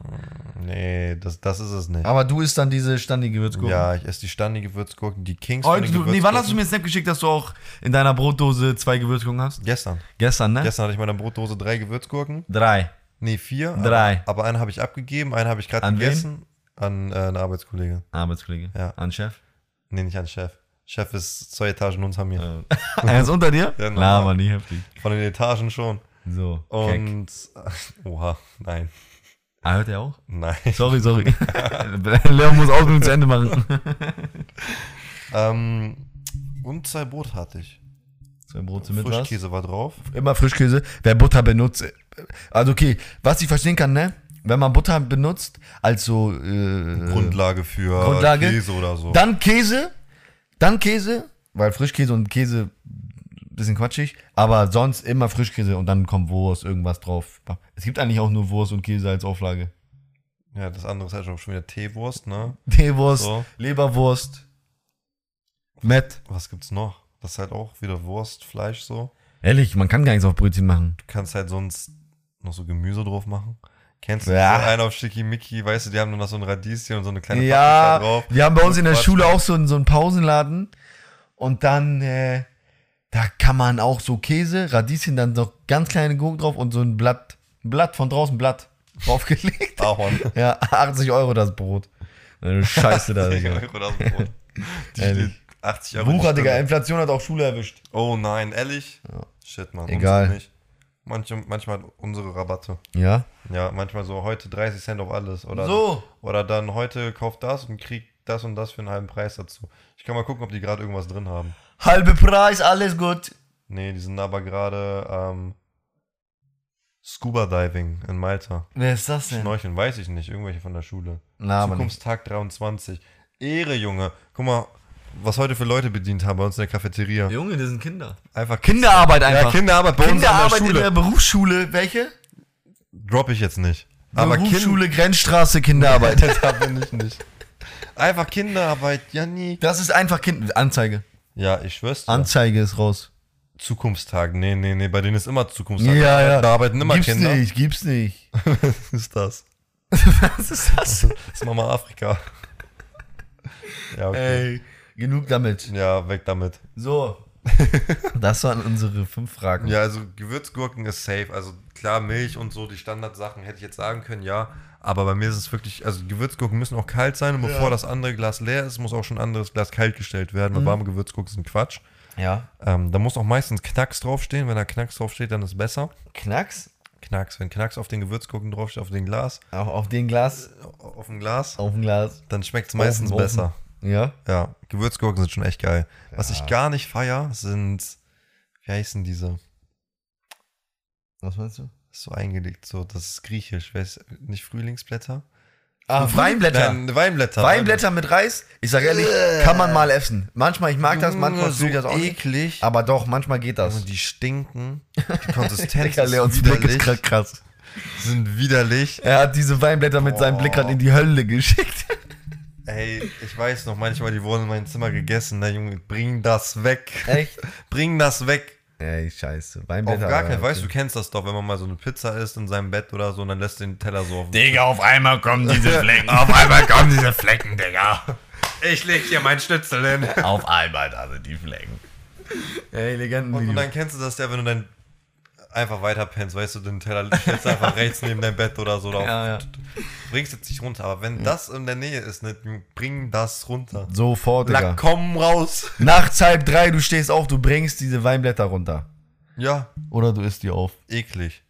S1: nee, das, das ist es nicht.
S2: Aber du isst dann diese standige Gewürzgurken.
S1: Ja, ich esse die standige Gewürzgurken, die Kings
S2: Oh,
S1: von den
S2: du, nee, wann hast du
S1: Gewürzgurken.
S2: mir einen Snap geschickt, dass du auch in deiner Brotdose zwei Gewürzgurken hast?
S1: Gestern.
S2: Gestern, ne?
S1: Gestern hatte ich in meiner Brotdose drei Gewürzgurken.
S2: Drei.
S1: Nee, vier.
S2: Drei.
S1: Aber, aber eine habe ich abgegeben, eine habe ich gerade
S2: An wen?
S1: gegessen. An äh, eine Arbeitskollege.
S2: Arbeitskollege.
S1: Ja.
S2: An Chef. [laughs]
S1: Nee, nicht an Chef. Chef ist zwei Etagen unter mir.
S2: Äh, er ist unter dir?
S1: Ja,
S2: Na,
S1: normal.
S2: aber nie heftig.
S1: Von den Etagen schon.
S2: So. keck.
S1: Und. [laughs] Oha, nein.
S2: Ah, hört er [laughs] auch?
S1: Nein.
S2: Sorry, [laughs] sorry. Leon muss Ausbildung zu Ende machen.
S1: Ähm, und zwei Brot hatte ich.
S2: [laughs] Zwei Brote mit was?
S1: Frischkäse war drauf.
S2: Immer Frischkäse. Wer Butter benutzt. Also, okay, was ich verstehen kann, ne? Wenn man Butter benutzt, als so. Äh,
S1: Grundlage für
S2: Grundlage.
S1: Käse oder so.
S2: Dann Käse, dann Käse, weil Frischkäse und Käse bisschen quatschig, aber sonst immer Frischkäse und dann kommt Wurst, irgendwas drauf. Es gibt eigentlich auch nur Wurst und Käse als Auflage. [laughs]
S1: ja, das andere ist halt schon schon wieder Teewurst, ne?
S2: Teewurst,
S1: So.
S2: Leberwurst, Met.
S1: Was gibt's noch? Das ist halt auch wieder Wurst, Fleisch so.
S2: Ehrlich, man kann gar nichts auf Brötchen machen.
S1: Du kannst halt sonst noch so Gemüse drauf machen. Kennst du
S2: Ja.
S1: so einen auf Schickimicki? Weißt du, die haben dann noch so ein Radieschen und so eine kleine
S2: Ja,
S1: Paprika drauf.
S2: wir haben bei uns in der
S1: Quatsch.
S2: Schule auch so, einen- so einen Pausenladen und dann, äh, da kann man auch so Käse, Radieschen, dann noch ganz kleine Gurken drauf und so ein Blatt, ein Blatt von draußen, Blatt
S1: [laughs]
S2: draufgelegt.
S1: Ahorn.
S2: Ja, 80 Euro das Brot. Du Scheiße [laughs] [laughs] da,
S1: 80
S2: Digga.
S1: Euro das Brot.
S2: [laughs]
S1: Die
S2: Ehrlich.
S1: steht 80 Euro. die
S2: Wucher, Digga,
S1: Stunde.
S2: Inflation hat auch Schule erwischt.
S1: Oh nein, ehrlich? Shit, Mann.
S2: Egal.
S1: unsere Nicht. Manche, manchmal unsere Rabatte.
S2: Ja?
S1: Ja, manchmal so heute 30 Cent auf alles. Oder,
S2: So.
S1: oder dann heute kauft das und kriegt das und das für einen halben Preis dazu. Ich kann mal gucken, ob die gerade irgendwas drin haben.
S2: Halbe Preis, alles gut.
S1: Nee, die sind aber gerade ähm, Scuba Diving in Malta.
S2: Wer ist das denn?
S1: Schnorcheln, weiß ich nicht. Irgendwelche von der Schule.
S2: Na, Ah, aber nicht.
S1: Zukunftstag 23. Ehre, Junge. Guck mal, was heute für Leute bedient haben bei uns in der Cafeteria.
S2: Junge, das sind Kinder.
S1: Einfach
S2: Kinderarbeit einfach.
S1: Ja, Kinderarbeit bei
S2: Kinderarbeit
S1: uns an der
S2: in der
S1: Schule.
S2: Berufsschule, welche?
S1: Drop ich jetzt nicht. Aber Kind,
S2: Berufsschule, Grenzstraße, Kinderarbeit.
S1: [laughs] da bin ich nicht. Einfach Kinderarbeit, Janni.
S2: [laughs] Das ist einfach Kind. Anzeige.
S1: Ja, ich schwör's dir.
S2: Anzeige ist raus.
S1: Zukunftstag. Nee, nee, nee, bei denen ist immer Zukunftstag.
S2: Ja, ja.
S1: Da arbeiten immer
S2: gibt's
S1: Kinder.
S2: nicht,
S1: [laughs]
S2: gibt's nicht. Also,
S1: Was ist das?
S2: Was ist das?
S1: Das ist Mama [laughs] Afrika. ja, okay.
S2: Ey, genug damit.
S1: Ja, weg damit. [laughs]
S2: So. Das waren unsere fünf Fragen.
S1: Ja, also Gewürzgurken ist safe. Also klar, Milch und so, die Standardsachen hätte ich jetzt sagen können, ja. Aber bei mir ist es wirklich, also Gewürzgurken müssen auch kalt sein und bevor das andere Glas leer ist, muss auch schon ein anderes Glas kalt gestellt werden, weil warme Gewürzgurken sind Quatsch.
S2: ja.
S1: Ähm, da muss auch meistens Knacks draufstehen. Wenn da Knacks draufsteht, dann ist besser.
S2: Knacks?
S1: Knacks, wenn Knacks auf den Gewürzgurken draufsteht, auf dem Glas,
S2: Auch auf den Glas.
S1: auf dem Glas,
S2: Auf dem Glas.
S1: dann schmeckt es meistens
S2: Ofen, Ofen.
S1: besser.
S2: Ja.
S1: Ja, Gewürzgurken sind schon echt geil. Was ich gar nicht feier, sind, wie heißen diese?
S2: Was meinst du?
S1: So eingelegt, so, das ist griechisch, ich weiß nicht, Frühlingsblätter?
S2: Ah, Weinblätter.
S1: Nein, Weinblätter.
S2: Weinblätter mit Reis. Ich sag ehrlich, kann man mal essen. Manchmal, ich mag das,
S1: Junge,
S2: manchmal
S1: so
S2: fühle ich das auch nicht.
S1: eklig.
S2: Aber doch, manchmal geht das.
S1: Und die stinken.
S2: [laughs]
S1: Die Konsistenz
S2: Digga, Leons
S1: ist
S2: Blick ist grad
S1: widerlich,
S2: krass.
S1: sind widerlich.
S2: Er hat diese Weinblätter mit seinem Blick gerade in die Hölle geschickt.
S1: Ey, ich weiß noch, manchmal, die wurden in meinem Zimmer gegessen. Na Junge, bring das weg.
S2: Echt?
S1: Bring das weg.
S2: Ey, scheiße.
S1: Auf
S2: Weinblätter.
S1: gar keinen Fall. Weißt du, du kennst das doch, wenn man mal so eine Pizza isst in seinem Bett oder so und dann lässt du den Teller so auf den
S3: Digga, auf einmal kommen
S2: [laughs]
S3: diese Flecken. auf einmal kommen diese Flecken, Digga.
S1: Ich leg hier meinen Schnitzel hin.
S3: Auf einmal da sind die Flecken.
S1: Und,
S2: Ey,
S1: und
S2: Legenden.
S1: dann kennst du das ja, wenn du dann einfach weiter pennst, weißt du, den Teller stellst du
S2: [laughs]
S1: einfach rechts neben dein Bett oder so. Oder auf-
S2: Ja, Mhm. ja.
S1: Bringst jetzt nicht runter. Aber wenn das in der Nähe ist, ne, bring das runter.
S2: Sofort,
S1: Na
S2: Digga.
S1: komm raus.
S2: Nachts halb drei, du stehst auf, du bringst diese Weinblätter runter.
S1: Ja,
S2: Oder du isst die auf.
S1: eklig.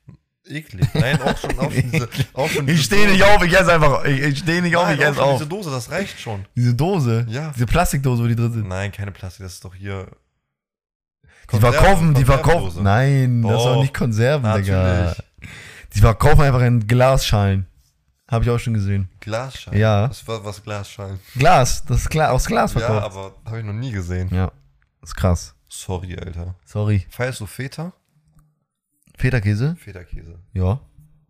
S1: Eklig. Nein, auch schon, auch schon, diese, auch schon
S2: Ich
S1: diese
S2: stehe nicht
S1: Dose.
S2: auf, ich esse einfach. Ich, ich stehe nicht auf,
S1: Nein,
S2: ich
S1: auch
S2: esse
S1: schon
S2: auf.
S1: diese Dose, das reicht schon.
S2: Diese Dose?
S1: Ja.
S2: Diese Plastikdose, wo die drin sind.
S1: Nein, keine Plastik, das ist doch hier.
S2: die verkaufen, die verkaufen.
S1: Nein.
S2: Nein, das ist
S1: Doch.
S2: auch nicht Konserven, Digga.
S1: Natürlich.
S2: Die verkaufen einfach in Glasschalen. Habe ich auch schon gesehen.
S1: Glasschalen.
S2: Ja.
S1: Das war was Glasschalen.
S2: Glas, das ist Gla aus Glas
S1: Ja,
S2: verkauft.
S1: aber habe ich noch nie gesehen.
S2: Ja, ist krass.
S1: Sorry, Alter.
S2: Sorry.
S1: Feierst du Feta?
S2: Federkäse?
S1: Federkäse.
S2: Ja.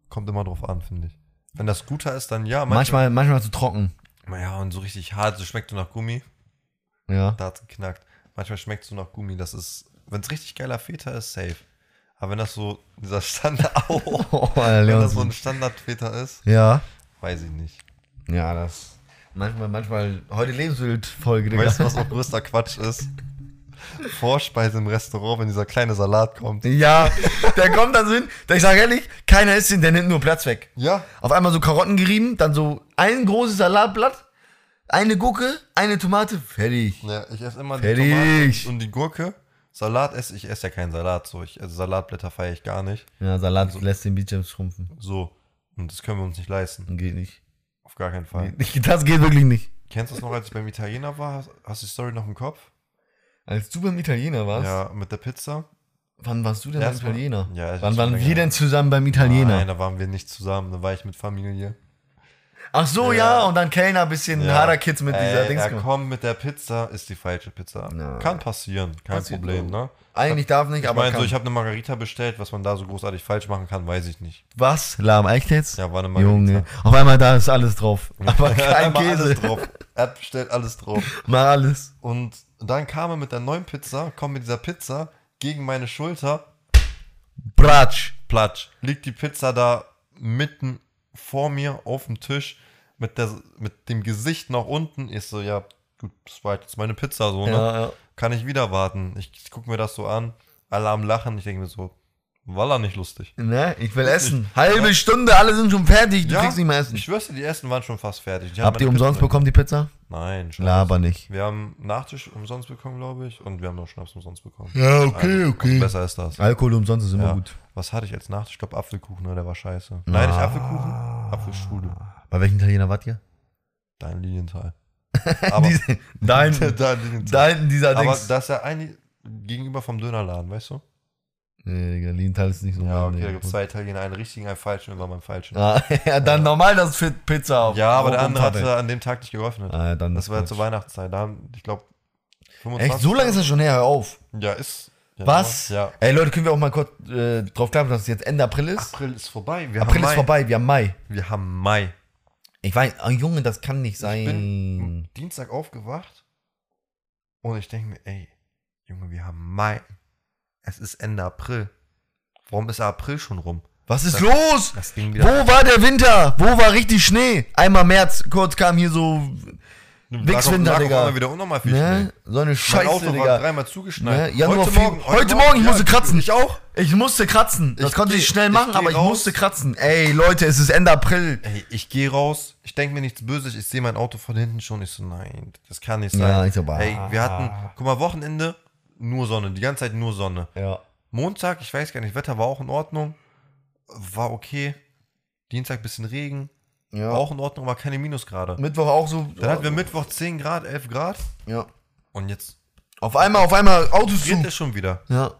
S1: Kommt immer drauf an, finde ich. Wenn das guter ist, dann ja.
S2: Manchmal, manchmal zu trocken.
S1: Naja, und so richtig hart, so schmeckt so nach Gummi.
S2: Ja.
S1: Da hat's geknackt. Manchmal schmeckt so nach Gummi. Das ist, wenn's richtig geiler Feta ist, safe. Aber wenn das so dieser
S2: [laughs]
S1: Standard, [laughs] Au.
S2: Oh, Alter,
S1: wenn
S2: Leon.
S1: das so ein Standard-Feta ist,
S2: ja.
S1: weiß ich nicht.
S2: Ja, das. Manchmal, manchmal. Heute Lebensmittelfolge, Digga.
S1: Weißt du, was auch größter Quatsch ist? Vorspeise im Restaurant, wenn dieser kleine Salat kommt.
S2: Ja, der kommt dann so hin. Ich sage ehrlich, keiner isst ihn, der nimmt nur Platz weg.
S1: Ja.
S2: Auf einmal so Karotten gerieben, dann so ein großes Salatblatt, eine Gurke, eine Tomate, fertig.
S1: Ja, ich esse immer
S2: Fertig.
S1: die Tomaten und die Gurke. Salat esse ich, esse ja keinen Salat. So. Ich, also Salatblätter feiere ich gar nicht.
S2: Ja, Salat lässt den Bildschirm schrumpfen.
S1: So. Und das können wir uns nicht leisten.
S2: Geht nicht.
S1: Auf gar keinen Fall.
S2: Das geht wirklich nicht.
S1: Kennst du das noch, als ich beim Italiener war? Hast- Hast du die Story noch im Kopf?
S2: Als du beim Italiener warst,
S1: Ja, mit der Pizza.
S2: wann warst du denn
S1: Erstmal-
S2: beim Italiener?
S1: Ja, ich-
S2: wann waren
S1: ich-
S2: wir denn zusammen beim Italiener?
S1: Nein, da waren wir nicht zusammen. Da war ich mit Familie.
S2: Ach so, ja.
S1: Ja.
S2: und dann Kellner, bisschen
S1: Ja.
S2: harder Kids mit dieser
S1: Ey,
S2: Dings
S1: er
S2: gemacht.
S1: kommt mit der Pizza, ist die falsche Pizza.
S2: Nein.
S1: Kann passieren, kein
S2: Passiert
S1: Problem, ne?
S2: Eigentlich darf nicht,
S1: Ich
S2: aber
S1: meine, so,
S2: kann.
S1: ich habe eine Margarita bestellt, was man da so großartig falsch machen kann, weiß ich nicht.
S2: was? Lahm, echt jetzt?
S1: Ja, war eine Margarita. [laughs]
S2: Junge, auf einmal da ist alles drauf. Aber
S1: Er
S2: kein
S1: hat
S2: Käse.
S1: alles drauf. Er hat bestellt alles drauf.
S2: Mal alles.
S1: Und dann kam er mit der neuen Pizza, kommt mit dieser Pizza gegen meine Schulter,
S2: Bratsch.
S1: platsch, liegt die Pizza da mitten vor mir auf dem Tisch mit, der, mit dem Gesicht nach unten. Ich so, ja, gut, das war jetzt meine Pizza so, ne?
S2: Ja, ja.
S1: kann ich wieder warten. Ich, ich gucke mir das so an, alle am Lachen. Ich denke mir so, war da nicht lustig.
S2: Ne? Ich will essen. Halbe Stunde, alle sind schon fertig. Du kriegst nicht mehr essen.
S1: Ich schwör's dir, die Essen waren schon fast fertig. Die haben
S2: Habt ihr
S1: meine
S2: umsonst
S1: Pizza-
S2: bekommen die Pizza?
S1: Nein, schon.
S2: Laber nicht.
S1: Wir haben Nachtisch umsonst bekommen, glaube ich, und wir haben noch Schnaps umsonst bekommen. Also,
S2: Ja, okay, okay.
S1: Besser ist das.
S2: Alkohol umsonst ist immer
S1: Ja.
S2: gut. Ah.
S1: Was hatte ich als Nachtisch? Ich glaube, Apfelkuchen, ne? der war scheiße. Nein, nicht Apfelkuchen, Apfelstrudel.
S2: Bei welchem Italiener wart ihr?
S1: Dein
S2: [laughs]
S1: Lilienthal. Aber
S2: Diese- da
S1: [laughs] Dein
S2: hinten,
S1: Lilienthal.
S2: da hinten dieser
S1: Aber
S2: Dings.
S1: das ist ja eigentlich gegenüber vom Dönerladen, weißt du?
S2: nee, Digga, Lienthal ist nicht so
S1: Ja,
S2: mein
S1: okay, da
S2: Ding.
S1: gibt es zwei Italiener, einen richtigen, einen falschen und dann beim falschen.
S2: Ah, [laughs] ja, um dann normal das für Pizza auf.
S1: Ja, aber der
S2: auf-
S1: andere
S2: Umfeld.
S1: hatte an dem Tag nicht geholfen.
S2: Ah, ja, dann
S1: das war ja
S2: Quatsch.
S1: zur Weihnachtszeit. Da haben, ich glaube, 25.
S2: Echt, so lange ist das schon her, hör auf.
S1: Ja, ist. Ja,
S2: Was?
S1: Ja.
S2: Ey Leute, können wir auch mal kurz äh, drauf klappen, dass es jetzt Ende April ist?
S1: April ist vorbei. Wir
S2: April
S1: haben
S2: ist
S1: Mai.
S2: vorbei, wir haben Mai.
S1: Wir haben Mai.
S2: Ich weiß, oh, Junge, das kann nicht sein.
S1: Ich bin Dienstag aufgewacht und ich denke mir, ey, Junge, wir haben Mai. Es ist Ende April. Warum ist April schon rum?
S2: Was ist los?
S1: Das ging
S2: Wo
S1: wieder.
S2: war der Winter? Wo war richtig Schnee? Einmal März, kurz kam hier so, Wichswinter,
S1: Lag auf- lag auf
S2: Digga.
S1: einmal wieder unnormal viel Schnee.
S2: ne? So eine
S1: Mein
S2: Scheiße,
S1: Auto war
S2: Digga.
S1: dreimal zugeschneit.
S2: Ne? Ja, nur auf- heute Morgen, ich musste kratzen. Ich auch? Ich musste kratzen. Das
S1: Ich
S2: konnte ich
S1: geh-
S2: schnell
S1: ich
S2: machen,
S1: geh
S2: aber ich
S1: raus.
S2: musste kratzen. Ey Leute, es ist Ende April.
S1: Ey, ich gehe raus, ich denke mir nichts Böses, ich sehe mein Auto von hinten schon. Ich so, nein, das kann nicht sein.
S2: Ja, ich so, bah.
S1: Ey, wir hatten, guck mal, Wochenende, nur Sonne, die ganze Zeit nur Sonne.
S2: Ja.
S1: Montag, ich weiß gar nicht, Wetter war auch in Ordnung, war okay. Dienstag bisschen Regen,
S2: Ja.
S1: auch in Ordnung, aber keine Minusgrade.
S2: Mittwoch auch so.
S1: Dann hatten wir Mittwoch 10 Grad, 11 Grad
S2: ja.
S1: und jetzt
S2: Auf einmal, auf einmal Autos
S1: geht
S2: zu.
S1: es schon wieder.
S2: Ja.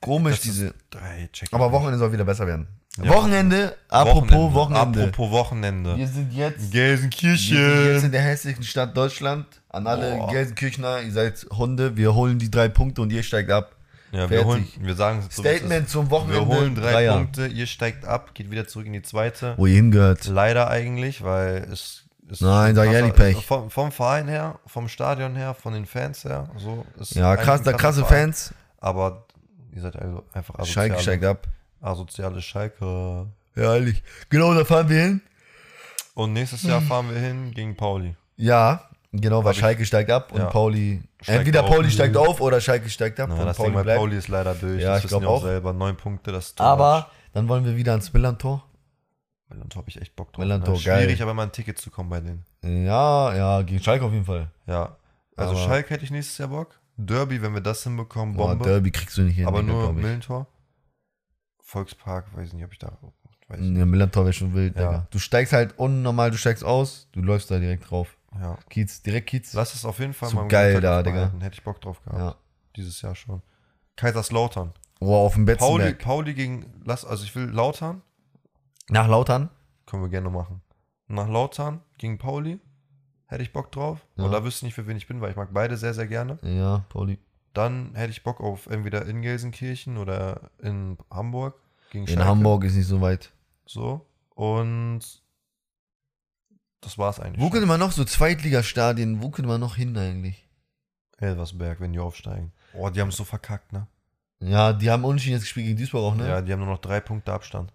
S2: Komisch,
S1: Das ist-
S2: diese.
S1: Ey, check
S2: Aber Wochenende soll wieder besser werden.
S1: Ja.
S2: Wochenende, apropos Wochenende.
S1: Apropos Wochenende.
S2: Wir sind jetzt, wir sind jetzt
S1: Gelsenkirchen.
S2: in der hässlichsten Stadt Deutschland. An alle
S1: Boah.
S2: Gelsenkirchner, ihr seid Hunde, wir holen die drei Punkte und ihr steigt ab.
S1: Ja, wir,
S2: Fertig.
S1: holen, wir sagen es so, wie es ist.
S2: Statement zum
S1: Wir
S2: Wochenende.
S1: holen drei
S2: Dreier. Oh
S1: Punkte, ihr steigt ab, geht wieder zurück in die zweite.
S2: Wo ihr hingehört.
S1: Leider eigentlich, weil es ist.
S2: Nein, sag ehrlich,
S1: krasser-
S2: Pech.
S1: Vom, vom Verein her, vom Stadion her, von den Fans her. So ist
S2: Ja,
S1: eigentlich
S2: krass,
S1: ein
S2: da krasse
S1: krasser Verein.
S2: Fans.
S1: Aber ihr seid also einfach asoziale,
S2: Schalke steigt ab.
S1: asoziale Schalke.
S2: Ja, ehrlich. Genau, da fahren wir hin.
S1: Und nächstes
S2: Hm.
S1: Jahr fahren wir hin gegen Pauli.
S2: Ja, genau, weil
S1: ich-
S2: Schalke steigt ab und
S1: Ja.
S2: Pauli.
S1: Steigt
S2: entweder
S1: auf.
S2: Pauli steigt auf oder Schalke steigt ab
S1: Ja,
S2: und
S1: das
S2: Pauli
S1: Ding bei
S2: bleibt.
S1: Pauli ist leider durch.
S2: Ja,
S1: das
S2: ich
S1: wissen
S2: glaub
S1: die auch
S2: auch.
S1: selber. Neun Punkte, das ist too much.
S2: Aber dann wollen wir wieder ans Millantor.
S1: Melantor habe ich echt Bock drauf.
S2: Melantor,
S1: ne? Schwierig,
S2: geil.
S1: aber mal ein Ticket zu kommen bei denen.
S2: Ja, ja, gegen Schalke auf jeden Fall.
S1: Ja. Also
S2: Aber-
S1: Schalke hätte ich nächstes Jahr Bock. Derby, wenn wir das hinbekommen,
S2: Boah,
S1: Bombe.
S2: Derby kriegst du nicht hin.
S1: Aber
S2: Digga,
S1: nur
S2: glaub ich.
S1: Millentor. Volkspark, weiß nicht, ob ich da. Weiß nicht.
S2: Ja, Millantor wäre schon wild,
S1: Ja.
S2: Digga. Du steigst halt unnormal, du steigst aus, du läufst da direkt drauf.
S1: Ja.
S2: Kiez, direkt Kiez.
S1: Lass es auf jeden Fall
S2: So
S1: im
S2: geil
S1: Hinterkopf
S2: da, Digga.
S1: behalten. Hätte ich Bock drauf gehabt.
S2: Ja.
S1: Dieses Jahr schon. Kaiserslautern.
S2: Boah, auf dem
S1: Pauli,
S2: Betzenberg.
S1: Pauli gegen. Lass, also ich will Lautern.
S2: Nach Lautern?
S1: Können wir gerne machen. Nach Lautern gegen Pauli. Hätte ich Bock drauf.
S2: Ja.
S1: Und da wüsste ich nicht, für wen ich bin, weil ich mag beide sehr, sehr gerne.
S2: Ja, Pauli.
S1: Dann hätte ich Bock auf entweder in Gelsenkirchen oder in Hamburg gegen
S2: In
S1: Schalke.
S2: Hamburg ist nicht so weit.
S1: So. Und das war's eigentlich.
S2: Wo könnte man noch so Zweitligastadien, wo könnte man noch hin eigentlich?
S1: Elversberg, wenn die aufsteigen. Oh, die haben es so verkackt, ne?
S2: Ja, die haben unentschieden jetzt gespielt gegen Duisburg auch, ne?
S1: Ja, die haben nur noch drei Punkte Abstand.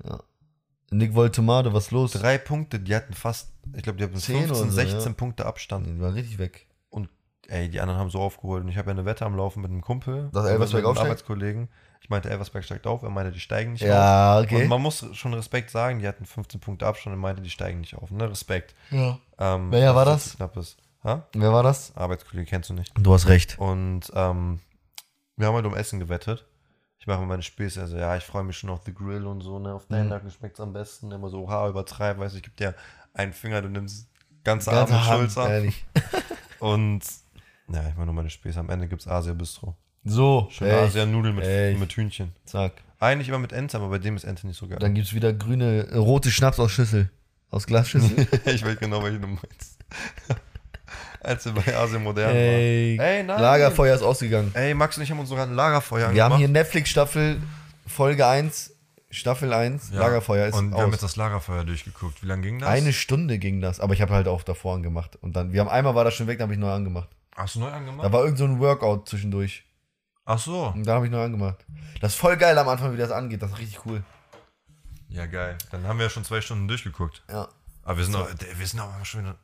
S2: Nick Voltemade, was los?
S1: Drei Punkte, die hatten fast, ich glaube, die hatten
S2: Zehn
S1: 15,
S2: oder so,
S1: 16
S2: ja.
S1: Punkte Abstand.
S2: Die war richtig weg.
S1: Ey, die anderen haben so aufgeholt. Und ich habe ja eine Wette am Laufen mit einem Kumpel.
S2: Dass
S1: und
S2: Elversberg
S1: mit einem
S2: aufsteigt?
S1: Arbeitskollegen. Ich meinte, Elversberg steigt auf. Er meinte, die steigen nicht auf.
S2: Ja,
S1: Und
S2: okay.
S1: man muss schon Respekt sagen, die hatten 15 Punkte Abstand und meinte, die steigen nicht auf. Ne? Respekt.
S2: Ja.
S1: Ähm,
S2: Wer war
S1: dass
S2: das?
S1: Knapp ist. Ha?
S2: Wer war das?
S1: Arbeitskollege kennst du nicht.
S2: Du hast recht.
S1: Und ähm, wir haben halt um Essen gewettet. Ich mache mir meine Späße. Also, ja, ich freue mich schon auf The Grill und so. Ne? Auf deinen
S2: Mhm.
S1: Nacken schmeckt es am besten. Immer so, ha, übertreib. Weißt du, ich gebe dir einen Finger, du nimmst ganze,
S2: Ganz
S1: Arme
S2: Hand,
S1: Schulter.
S2: ehrlich.
S1: Und ja, ich mache nur meine Späße. Am Ende gibt es Asia-Bistro.
S2: So,
S1: Schön
S2: ey,
S1: Asia-Nudeln mit,
S2: Echt?
S1: mit Hühnchen.
S2: zack.
S1: Eigentlich immer mit Ente, aber bei dem ist Ente nicht so geil.
S2: Dann gibt's wieder grüne, äh, rote Schnaps aus Schüssel.
S1: [laughs]
S2: Aus Glasschüssel.
S1: [laughs] ich weiß genau, welche du meinst. [laughs] Als wir bei Asien modern
S2: Ey,
S1: Ey, nein.
S2: Lagerfeuer ist ausgegangen.
S1: waren. Ey, Max und ich haben uns sogar ein Lagerfeuer
S2: Wir haben hier Netflix-Staffel, Folge 1, Staffel 1,
S1: Ja,
S2: Lagerfeuer ist
S1: und wir haben
S2: aus.
S1: jetzt das Lagerfeuer durchgeguckt. Wie lange ging das?
S2: Eine Stunde ging das, aber ich habe halt auch davor angemacht. Und dann, wir haben einmal war das schon weg, dann habe ich neu angemacht.
S1: Hast du neu angemacht?
S2: Da war irgend so ein Workout zwischendurch.
S1: Ach so.
S2: Und da habe ich neu angemacht. Das ist voll geil am Anfang, wie das angeht. Das ist richtig cool.
S1: Ja, geil. Dann haben wir ja schon zwei Stunden durchgeguckt.
S2: Ja.
S1: Aber wir sind, auch, wir sind aber schon wieder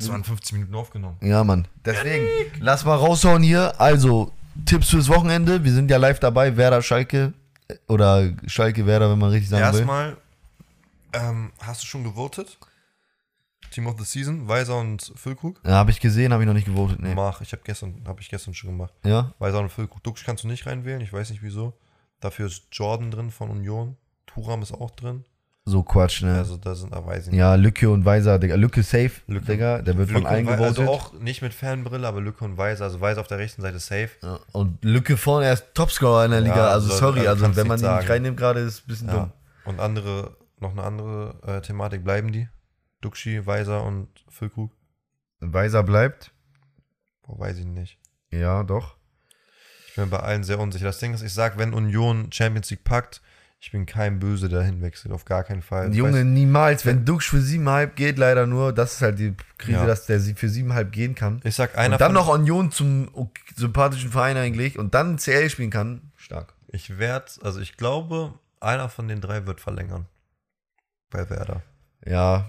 S1: 52 Minuten aufgenommen.
S2: Ja, Mann. Deswegen, lass mal raushauen hier. Also, Tipps fürs Wochenende. Wir sind ja live dabei. Werder, Schalke. äh, Oder Schalke, Werder, wenn man richtig sagen will.
S1: Erstmal, ähm, hast du schon gewotet? Team of the Season, Weiser und Füllkrug?
S2: Ja, habe ich gesehen, habe ich noch nicht gewotet. Nee.
S1: Mach, ich habe gestern, hab ich gestern schon gemacht.
S2: Ja?
S1: Weiser und Füllkrug. Dux kannst du nicht reinwählen, ich weiß nicht wieso. Dafür ist Jordan drin von Union. Turam ist auch drin.
S2: So Quatsch, ne?
S1: Also da sind Erweisen.
S2: Ja, Lücke und Weiser, Digga. Lücke safe,
S1: Lücke.
S2: Digga. Der wird von allen gewotet.
S1: also auch nicht mit Fanbrille, aber Lücke und Weiser. Also Weiser auf der rechten Seite safe.
S2: Ja, Und Lücke vorne, er ist Topscorer in der Liga. also,
S1: also,
S2: sorry,
S1: also
S2: also,
S1: kannst
S2: wenn man
S1: nichts
S2: ihn nicht
S1: sagen.
S2: reinnimmt gerade, ist ein bisschen dumm.
S1: Ja. Ähm, Und andere, noch eine andere äh, Thematik bleiben die. Duxi, Weiser und Füllkrug.
S2: Weiser bleibt.
S1: Boah, weiß ich nicht.
S2: Ja, doch.
S1: Ich bin bei allen sehr unsicher. Das Ding ist, ich sag, wenn Union Champions League packt, ich bin kein Böse, der hinwechselt. Auf gar keinen Fall. Ich
S2: Junge,
S1: weiß-
S2: niemals. Wenn Dux für 7,5 geht, leider nur. Das ist halt die Krise,
S1: Ja.
S2: dass der sie für 7,5 gehen kann.
S1: Ich sag, einer
S2: und dann
S1: von-
S2: noch Union zum ok- sympathischen Verein eigentlich und dann CL spielen kann. Stark.
S1: Ich werde, also ich glaube, einer von den drei wird verlängern. Bei Werder.
S2: Ja.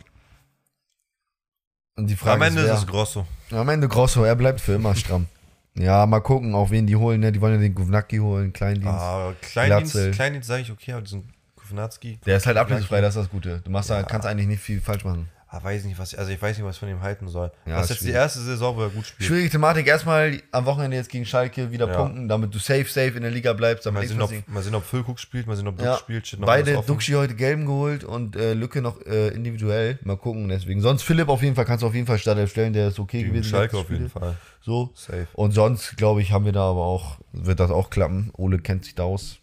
S2: Und die Frage
S1: Am Ende
S2: wer?
S1: ist es Grosso.
S2: Am Ende Grosso, er bleibt für
S1: [laughs]
S2: immer stramm. ja, mal gucken, auch wen die holen. Ne? Die wollen ja den Guvnacki holen, Kleindienst.
S1: Ah, Kleindienst,
S2: Glatzel.
S1: Kleindienst sage ich okay, aber diesen Kufnatski,
S2: Der ist halt ablösefrei, das ist das Gute. Du machst da, kannst eigentlich nicht viel falsch machen.
S1: ah, weiß nicht, was, also ich weiß nicht, was ich von ihm halten soll.
S2: Ja,
S1: das
S2: ist
S1: ist jetzt die
S2: schwierig.
S1: erste Saison, wo er gut spielt.
S2: Schwierige Thematik. Erstmal am Wochenende jetzt gegen Schalke wieder
S1: Ja.
S2: punkten, damit du safe, safe in der Liga bleibst. Damit
S1: Mal
S2: nichts
S1: sehen, ob,
S2: passiert.
S1: mal sehen, ob Füllkrug spielt, mal sehen, ob Duck
S2: ja.
S1: spielt. Steht noch
S2: Beide
S1: alles offen.
S2: Duxi heute gelben geholt und äh, Lücke noch äh, individuell. Mal gucken deswegen. Sonst Philipp auf jeden Fall, kannst du auf jeden Fall Startelf stellen, der ist okay
S1: Gegen
S2: gewesen.
S1: Schalke
S2: letzte
S1: auf jeden
S2: Spiele.
S1: Fall.
S2: So.
S1: Safe.
S2: Und sonst, glaube ich, haben wir da aber auch, wird das auch klappen. Ole kennt sich da aus.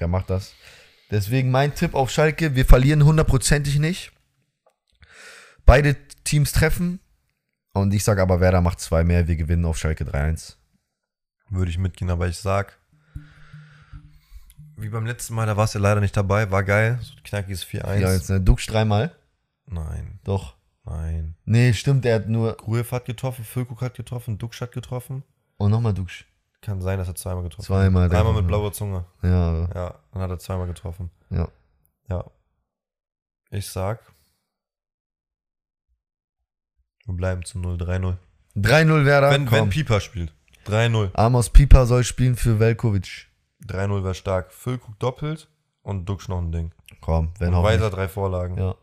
S2: Der macht das. Deswegen mein Tipp auf Schalke, wir verlieren hundertprozentig nicht. Beide Teams treffen. Und ich sage aber, Werder macht zwei mehr, wir gewinnen auf Schalke 3-1.
S1: Würde ich mitgehen, aber ich sag, wie beim letzten Mal, da warst du leider nicht dabei, war geil. So ein knackiges 4-1.
S2: Ja, jetzt ne, Dux dreimal.
S1: Nein,
S2: Doch.
S1: nein.
S2: Nee, stimmt, er hat nur.
S1: Grujev hat getroffen, Füllkrug hat getroffen, Duxch hat getroffen.
S2: Oh, nochmal Dux.
S1: Kann sein, dass er zweimal getroffen hat.
S2: Zweimal. der-
S1: Einmal mit blauer Zunge.
S2: Ja,
S1: Ja, dann hat er zweimal getroffen.
S2: ja.
S1: Ja. Ich sag, wir bleiben zu 0, 3-0.
S2: 3-0 Werder.
S1: Wenn, wenn
S2: komm.
S1: Pieper spielt. 3-0.
S2: Amos Pieper soll spielen für Velkovic.
S1: 3-0 wäre stark. Füllkrug doppelt und Duxch noch ein Ding.
S2: Komm, wenn
S1: Und
S2: auch.
S1: Weiser
S2: Nicht.
S1: drei Vorlagen.
S2: Ja.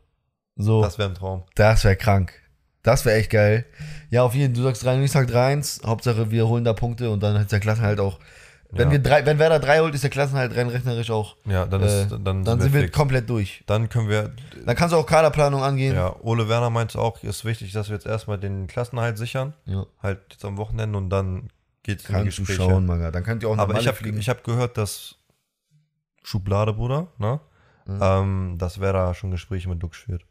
S2: So.
S1: Das wäre ein Traum.
S2: Das wäre krank. Das wäre echt geil. Ja, auf jeden Fall, du sagst 3 und ich sag 3-1. Hauptsache, wir holen da Punkte und dann ist der Klassenhalt auch. Wenn,
S1: Ja.
S2: wir drei, wenn Werder 3 holt, ist der Klassenhalt rein rechnerisch auch.
S1: Ja, dann,
S2: äh,
S1: ist, dann,
S2: dann sind wir
S1: fix.
S2: komplett durch.
S1: Dann können wir.
S2: Dann kannst du auch Kaderplanung angehen.
S1: Ja, Ole Werner meinte auch, ist wichtig, dass wir jetzt erstmal den Klassenhalt sichern.
S2: Ja.
S1: Halt jetzt am Wochenende und dann geht's in die
S2: Kannst du
S1: Gespräche.
S2: schauen, Maga. Dann könnt ihr auch nach
S1: Aber ich
S2: Malle
S1: habe ich hab gehört, dass Schublade, Bruder, ne?
S2: Mhm.
S1: Ähm, dass Werder schon Gespräche mit Dux führt.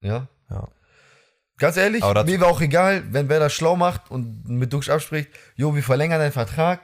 S2: ja.
S1: Ja.
S2: Ganz ehrlich,
S1: Aber das-
S2: mir wäre auch egal, wenn Werder schlau macht und mit Duxch abspricht, jo, wir verlängern deinen Vertrag,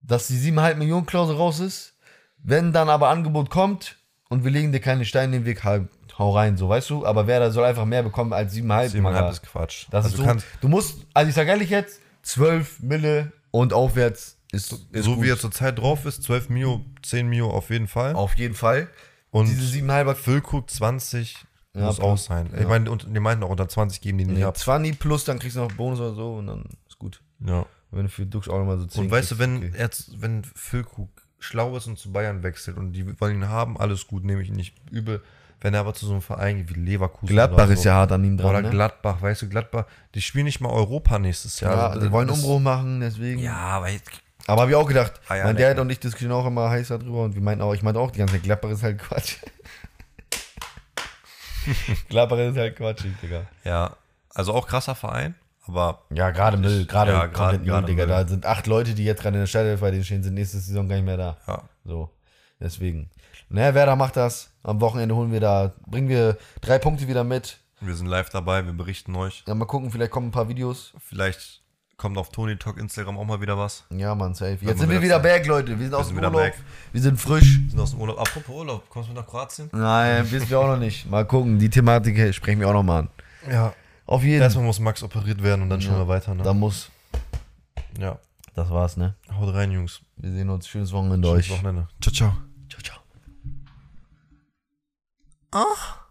S2: dass die 7,5 Millionen Klausel raus ist. Wenn dann aber Angebot kommt, und wir legen dir keine Steine in den Weg, halb, hau rein, so, weißt du? Aber Werder soll einfach mehr bekommen als 7,5.
S1: Siebeneinhalb
S2: Manga.
S1: ist Quatsch.
S2: Das
S1: also
S2: ist
S1: du
S2: so,
S1: kannst,
S2: du musst, also ich sag ehrlich jetzt, 12 Mille und aufwärts ist, ist
S1: so
S2: gut.
S1: wie er zurzeit drauf ist, 12 Mio, 10 Mio auf jeden Fall.
S2: auf jeden Fall.
S1: Und
S2: Diese 7,5er
S1: Füllkrug 20
S2: Ja,
S1: muss
S2: plus-
S1: auch sein. Ich meine, und- die meinten auch unter 20 geben die nicht
S2: Nee,
S1: ab.
S2: 20 plus, dann kriegst du noch Bonus oder so und dann ist gut.
S1: Ja.
S2: Wenn du für Dux auch nochmal so 10
S1: Und weißt du,
S2: kriegst,
S1: wenn
S2: okay.
S1: er, z- wenn Füllkrug schlau ist und zu Bayern wechselt und die wollen ihn haben, alles gut, nehme ich ihn nicht übel. Wenn er aber zu so einem Verein geht wie Leverkusen
S2: Gladbach
S1: oder
S2: ist ja hart an ihm dran.
S1: Oder
S2: ne?
S1: Gladbach, weißt du, Gladbach, die spielen nicht mal Europa nächstes Jahr.
S2: Ja,
S1: Also,
S2: die wollen
S1: das-
S2: Umbruch machen, deswegen.
S1: Ja, aber jetzt,
S2: Aber habe ich auch gedacht,
S1: Ah ja,
S2: mein
S1: lecker.
S2: Dad und ich diskutieren auch immer heiß darüber und wir meinten auch, ich meinte auch, die ganze Zeit, Gladbach ist halt [laughs] Quatsch. Gladbach ist halt quatschig, Digga.
S1: ja, also auch krasser Verein, aber
S2: Ja, gerade Müll, gerade
S1: Ja,
S2: ja,
S1: gerade-
S2: gerade Müll,
S1: gerade
S2: Digga.
S1: Müll.
S2: Da sind acht Leute, die jetzt gerade in der Startelf bei denen stehen, sind nächste Saison gar nicht mehr da.
S1: ja,
S2: So, deswegen. Naja, Werder macht das. Am Wochenende holen wir da, bringen wir drei Punkte wieder mit.
S1: wir sind live dabei, wir berichten euch.
S2: Ja, mal gucken, vielleicht kommen ein paar Videos.
S1: Vielleicht kommt auf Tony Talk Instagram auch mal wieder was.
S2: Ja, Mann, safe.
S1: Wird
S2: Jetzt sind
S1: mal
S2: wir
S1: wieder
S2: wieder back, Leute. Wir sind aus
S1: sind
S2: dem
S1: wieder
S2: Urlaub.
S1: back.
S2: Wir sind frisch.
S1: Wir sind aus dem Urlaub. Apropos Urlaub, kommst du mit nach Kroatien?
S2: Nein, wissen wir auch noch nicht. Mal gucken, die Thematik sprechen wir auch noch mal an.
S1: Ja.
S2: Auf jeden Fall.
S1: Erstmal muss Max operiert werden und dann schauen wir weiter.
S2: Da
S1: Ne?
S2: muss.
S1: Ja.
S2: Das war's, ne?
S1: Haut rein, Jungs.
S2: Wir sehen uns. Schönes Wochenende
S1: Schönes
S2: euch.
S1: Wochenende. Ciao, ciao.
S2: Ciao, ciao.
S1: Ach.